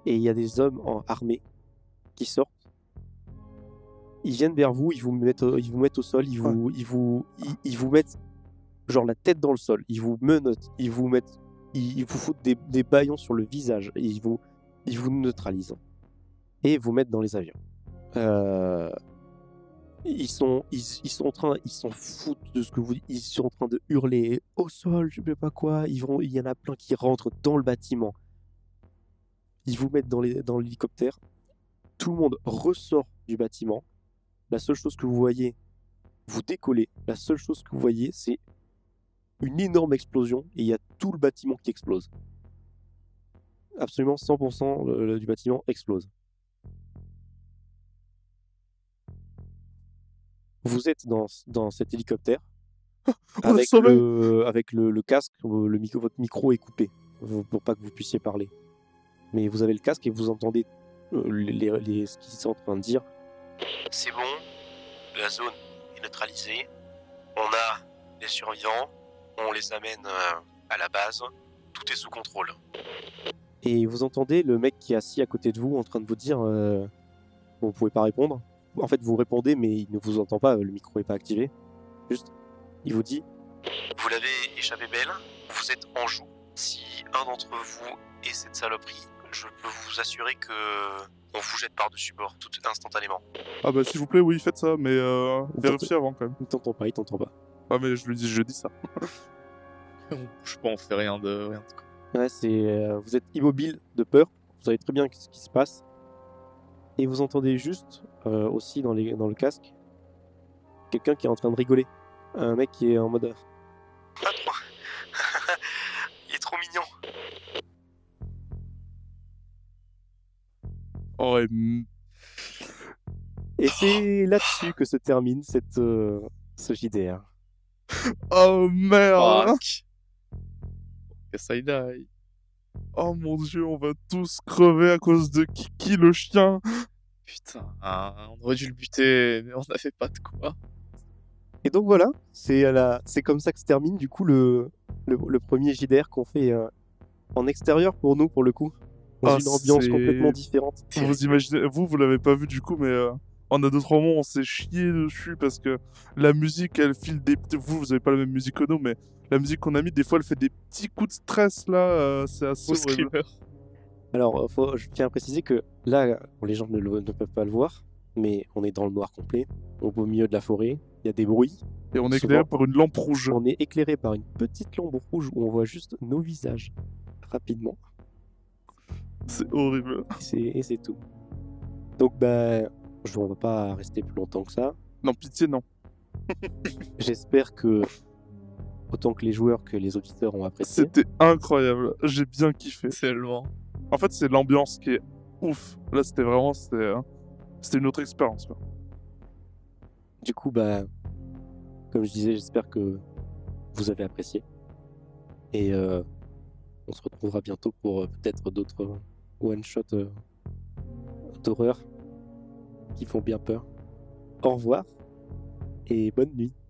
Speaker 1: et il y a des hommes en armée qui sortent. Ils viennent vers vous, ils vous mettent, au- ils vous mettent au sol, ils vous, ils vous, ils, ils vous mettent genre la tête dans le sol, ils vous menottent, ils vous mettent, ils, ils vous foutent des, des baillons sur le visage, et ils vous, ils vous neutralisent et vous mettent dans les avions. Euh, ils sont, ils, ils sont en train, ils s'en foutent de ce que vous dites. Ils sont en train de hurler au sol, je sais pas quoi. Ils vont, il y en a plein qui rentrent dans le bâtiment. Ils vous mettent dans les- dans l'hélicoptère. Tout le monde ressort du bâtiment. La seule chose que vous voyez, vous décollez. La seule chose que vous voyez, c'est une énorme explosion et il y a tout le bâtiment qui explose. Absolument 100% le- le- du bâtiment explose. Vous êtes dans, dans cet hélicoptère
Speaker 2: On est
Speaker 1: avec,
Speaker 2: sauvés.
Speaker 1: le, avec le, le casque, euh, le micro, votre micro est coupé vous- pour pas que vous puissiez parler. Mais vous avez le casque et vous entendez euh, les, les- les- ce qu'ils sont en train de dire. C'est bon, la zone est neutralisée. On a les survivants, on les amène euh, à la base, tout est sous contrôle. Et vous entendez le mec qui est assis à côté de vous en train de vous dire euh, Vous pouvez pas répondre. En fait, vous répondez, mais il ne vous entend pas, le micro est pas activé. Juste, il vous dit Vous l'avez échappé belle, vous êtes en joue. Si un d'entre vous est cette saloperie, je peux vous assurer que on vous jette par-dessus bord tout instantanément.
Speaker 2: Ah bah s'il vous plaît, oui, faites ça, mais euh,
Speaker 1: Ou
Speaker 2: vérifiez avant quand même.
Speaker 1: Il t'entend pas, il t'entend pas.
Speaker 2: Ah mais je lui dis, je dis ça.
Speaker 3: Je pense, on fait rien de. Rien de quoi.
Speaker 1: Ouais, c'est, euh, vous êtes immobile de peur, vous savez très bien ce qui se passe. Et vous entendez juste, euh, aussi dans, les, dans le casque, quelqu'un qui est en train de rigoler. Un mec qui est en mode. Il est trop mignon.
Speaker 2: Oh, et mm,
Speaker 1: Et c'est là-dessus que se termine cette, euh, ce JDR.
Speaker 2: oh merde
Speaker 3: Fuck. Yes, I die.
Speaker 2: Oh mon dieu, on va tous crever à cause de Kiki le chien.
Speaker 3: Putain, ah, on aurait dû le buter, mais on n'avait pas de quoi.
Speaker 1: Et donc voilà, c'est à la... c'est comme ça que se termine du coup le, le, le premier JDR qu'on fait euh, en extérieur pour nous pour le coup. Dans
Speaker 2: Ah,
Speaker 1: une ambiance
Speaker 2: c'est-
Speaker 1: complètement différente.
Speaker 2: Vous imaginez, vous, vous l'avez pas vu du coup, mais euh, on a deux trois moments, on s'est chié dessus parce que la musique, elle file des petits. Vous, vous avez pas la même musique que nous, mais la musique qu'on a mis, des fois, elle fait des petits coups de stress là. euh, c'est assez.
Speaker 3: Au
Speaker 2: horrible.
Speaker 3: screamer.
Speaker 1: Alors, euh, faut- je tiens à préciser que là, bon, les gens ne, le- ne peuvent pas le voir, mais on est dans le noir complet, au beau milieu de la forêt, il y a des bruits,
Speaker 2: Et on est
Speaker 1: Souvent.
Speaker 2: éclairé par une lampe rouge.
Speaker 1: on est éclairé par une petite lampe rouge où on voit juste nos visages rapidement,
Speaker 2: C'est horrible.
Speaker 1: et c'est- et c'est tout. Donc, ben, je ne va pas rester plus longtemps que ça.
Speaker 2: Non, pitié, non.
Speaker 1: J'espère que, autant que les joueurs que les auditeurs ont apprécié,
Speaker 2: C'était incroyable. J'ai bien kiffé.
Speaker 3: Tellement.
Speaker 2: En fait, c'est l'ambiance qui est ouf. Là, c'était vraiment, c'était, euh, c'était une autre expérience. quoi.
Speaker 1: du coup, bah, comme je disais, j'espère que vous avez apprécié. Et euh, on se retrouvera bientôt pour euh, peut-être d'autres euh, one-shots euh, d'horreur qui font bien peur. Au revoir et bonne nuit.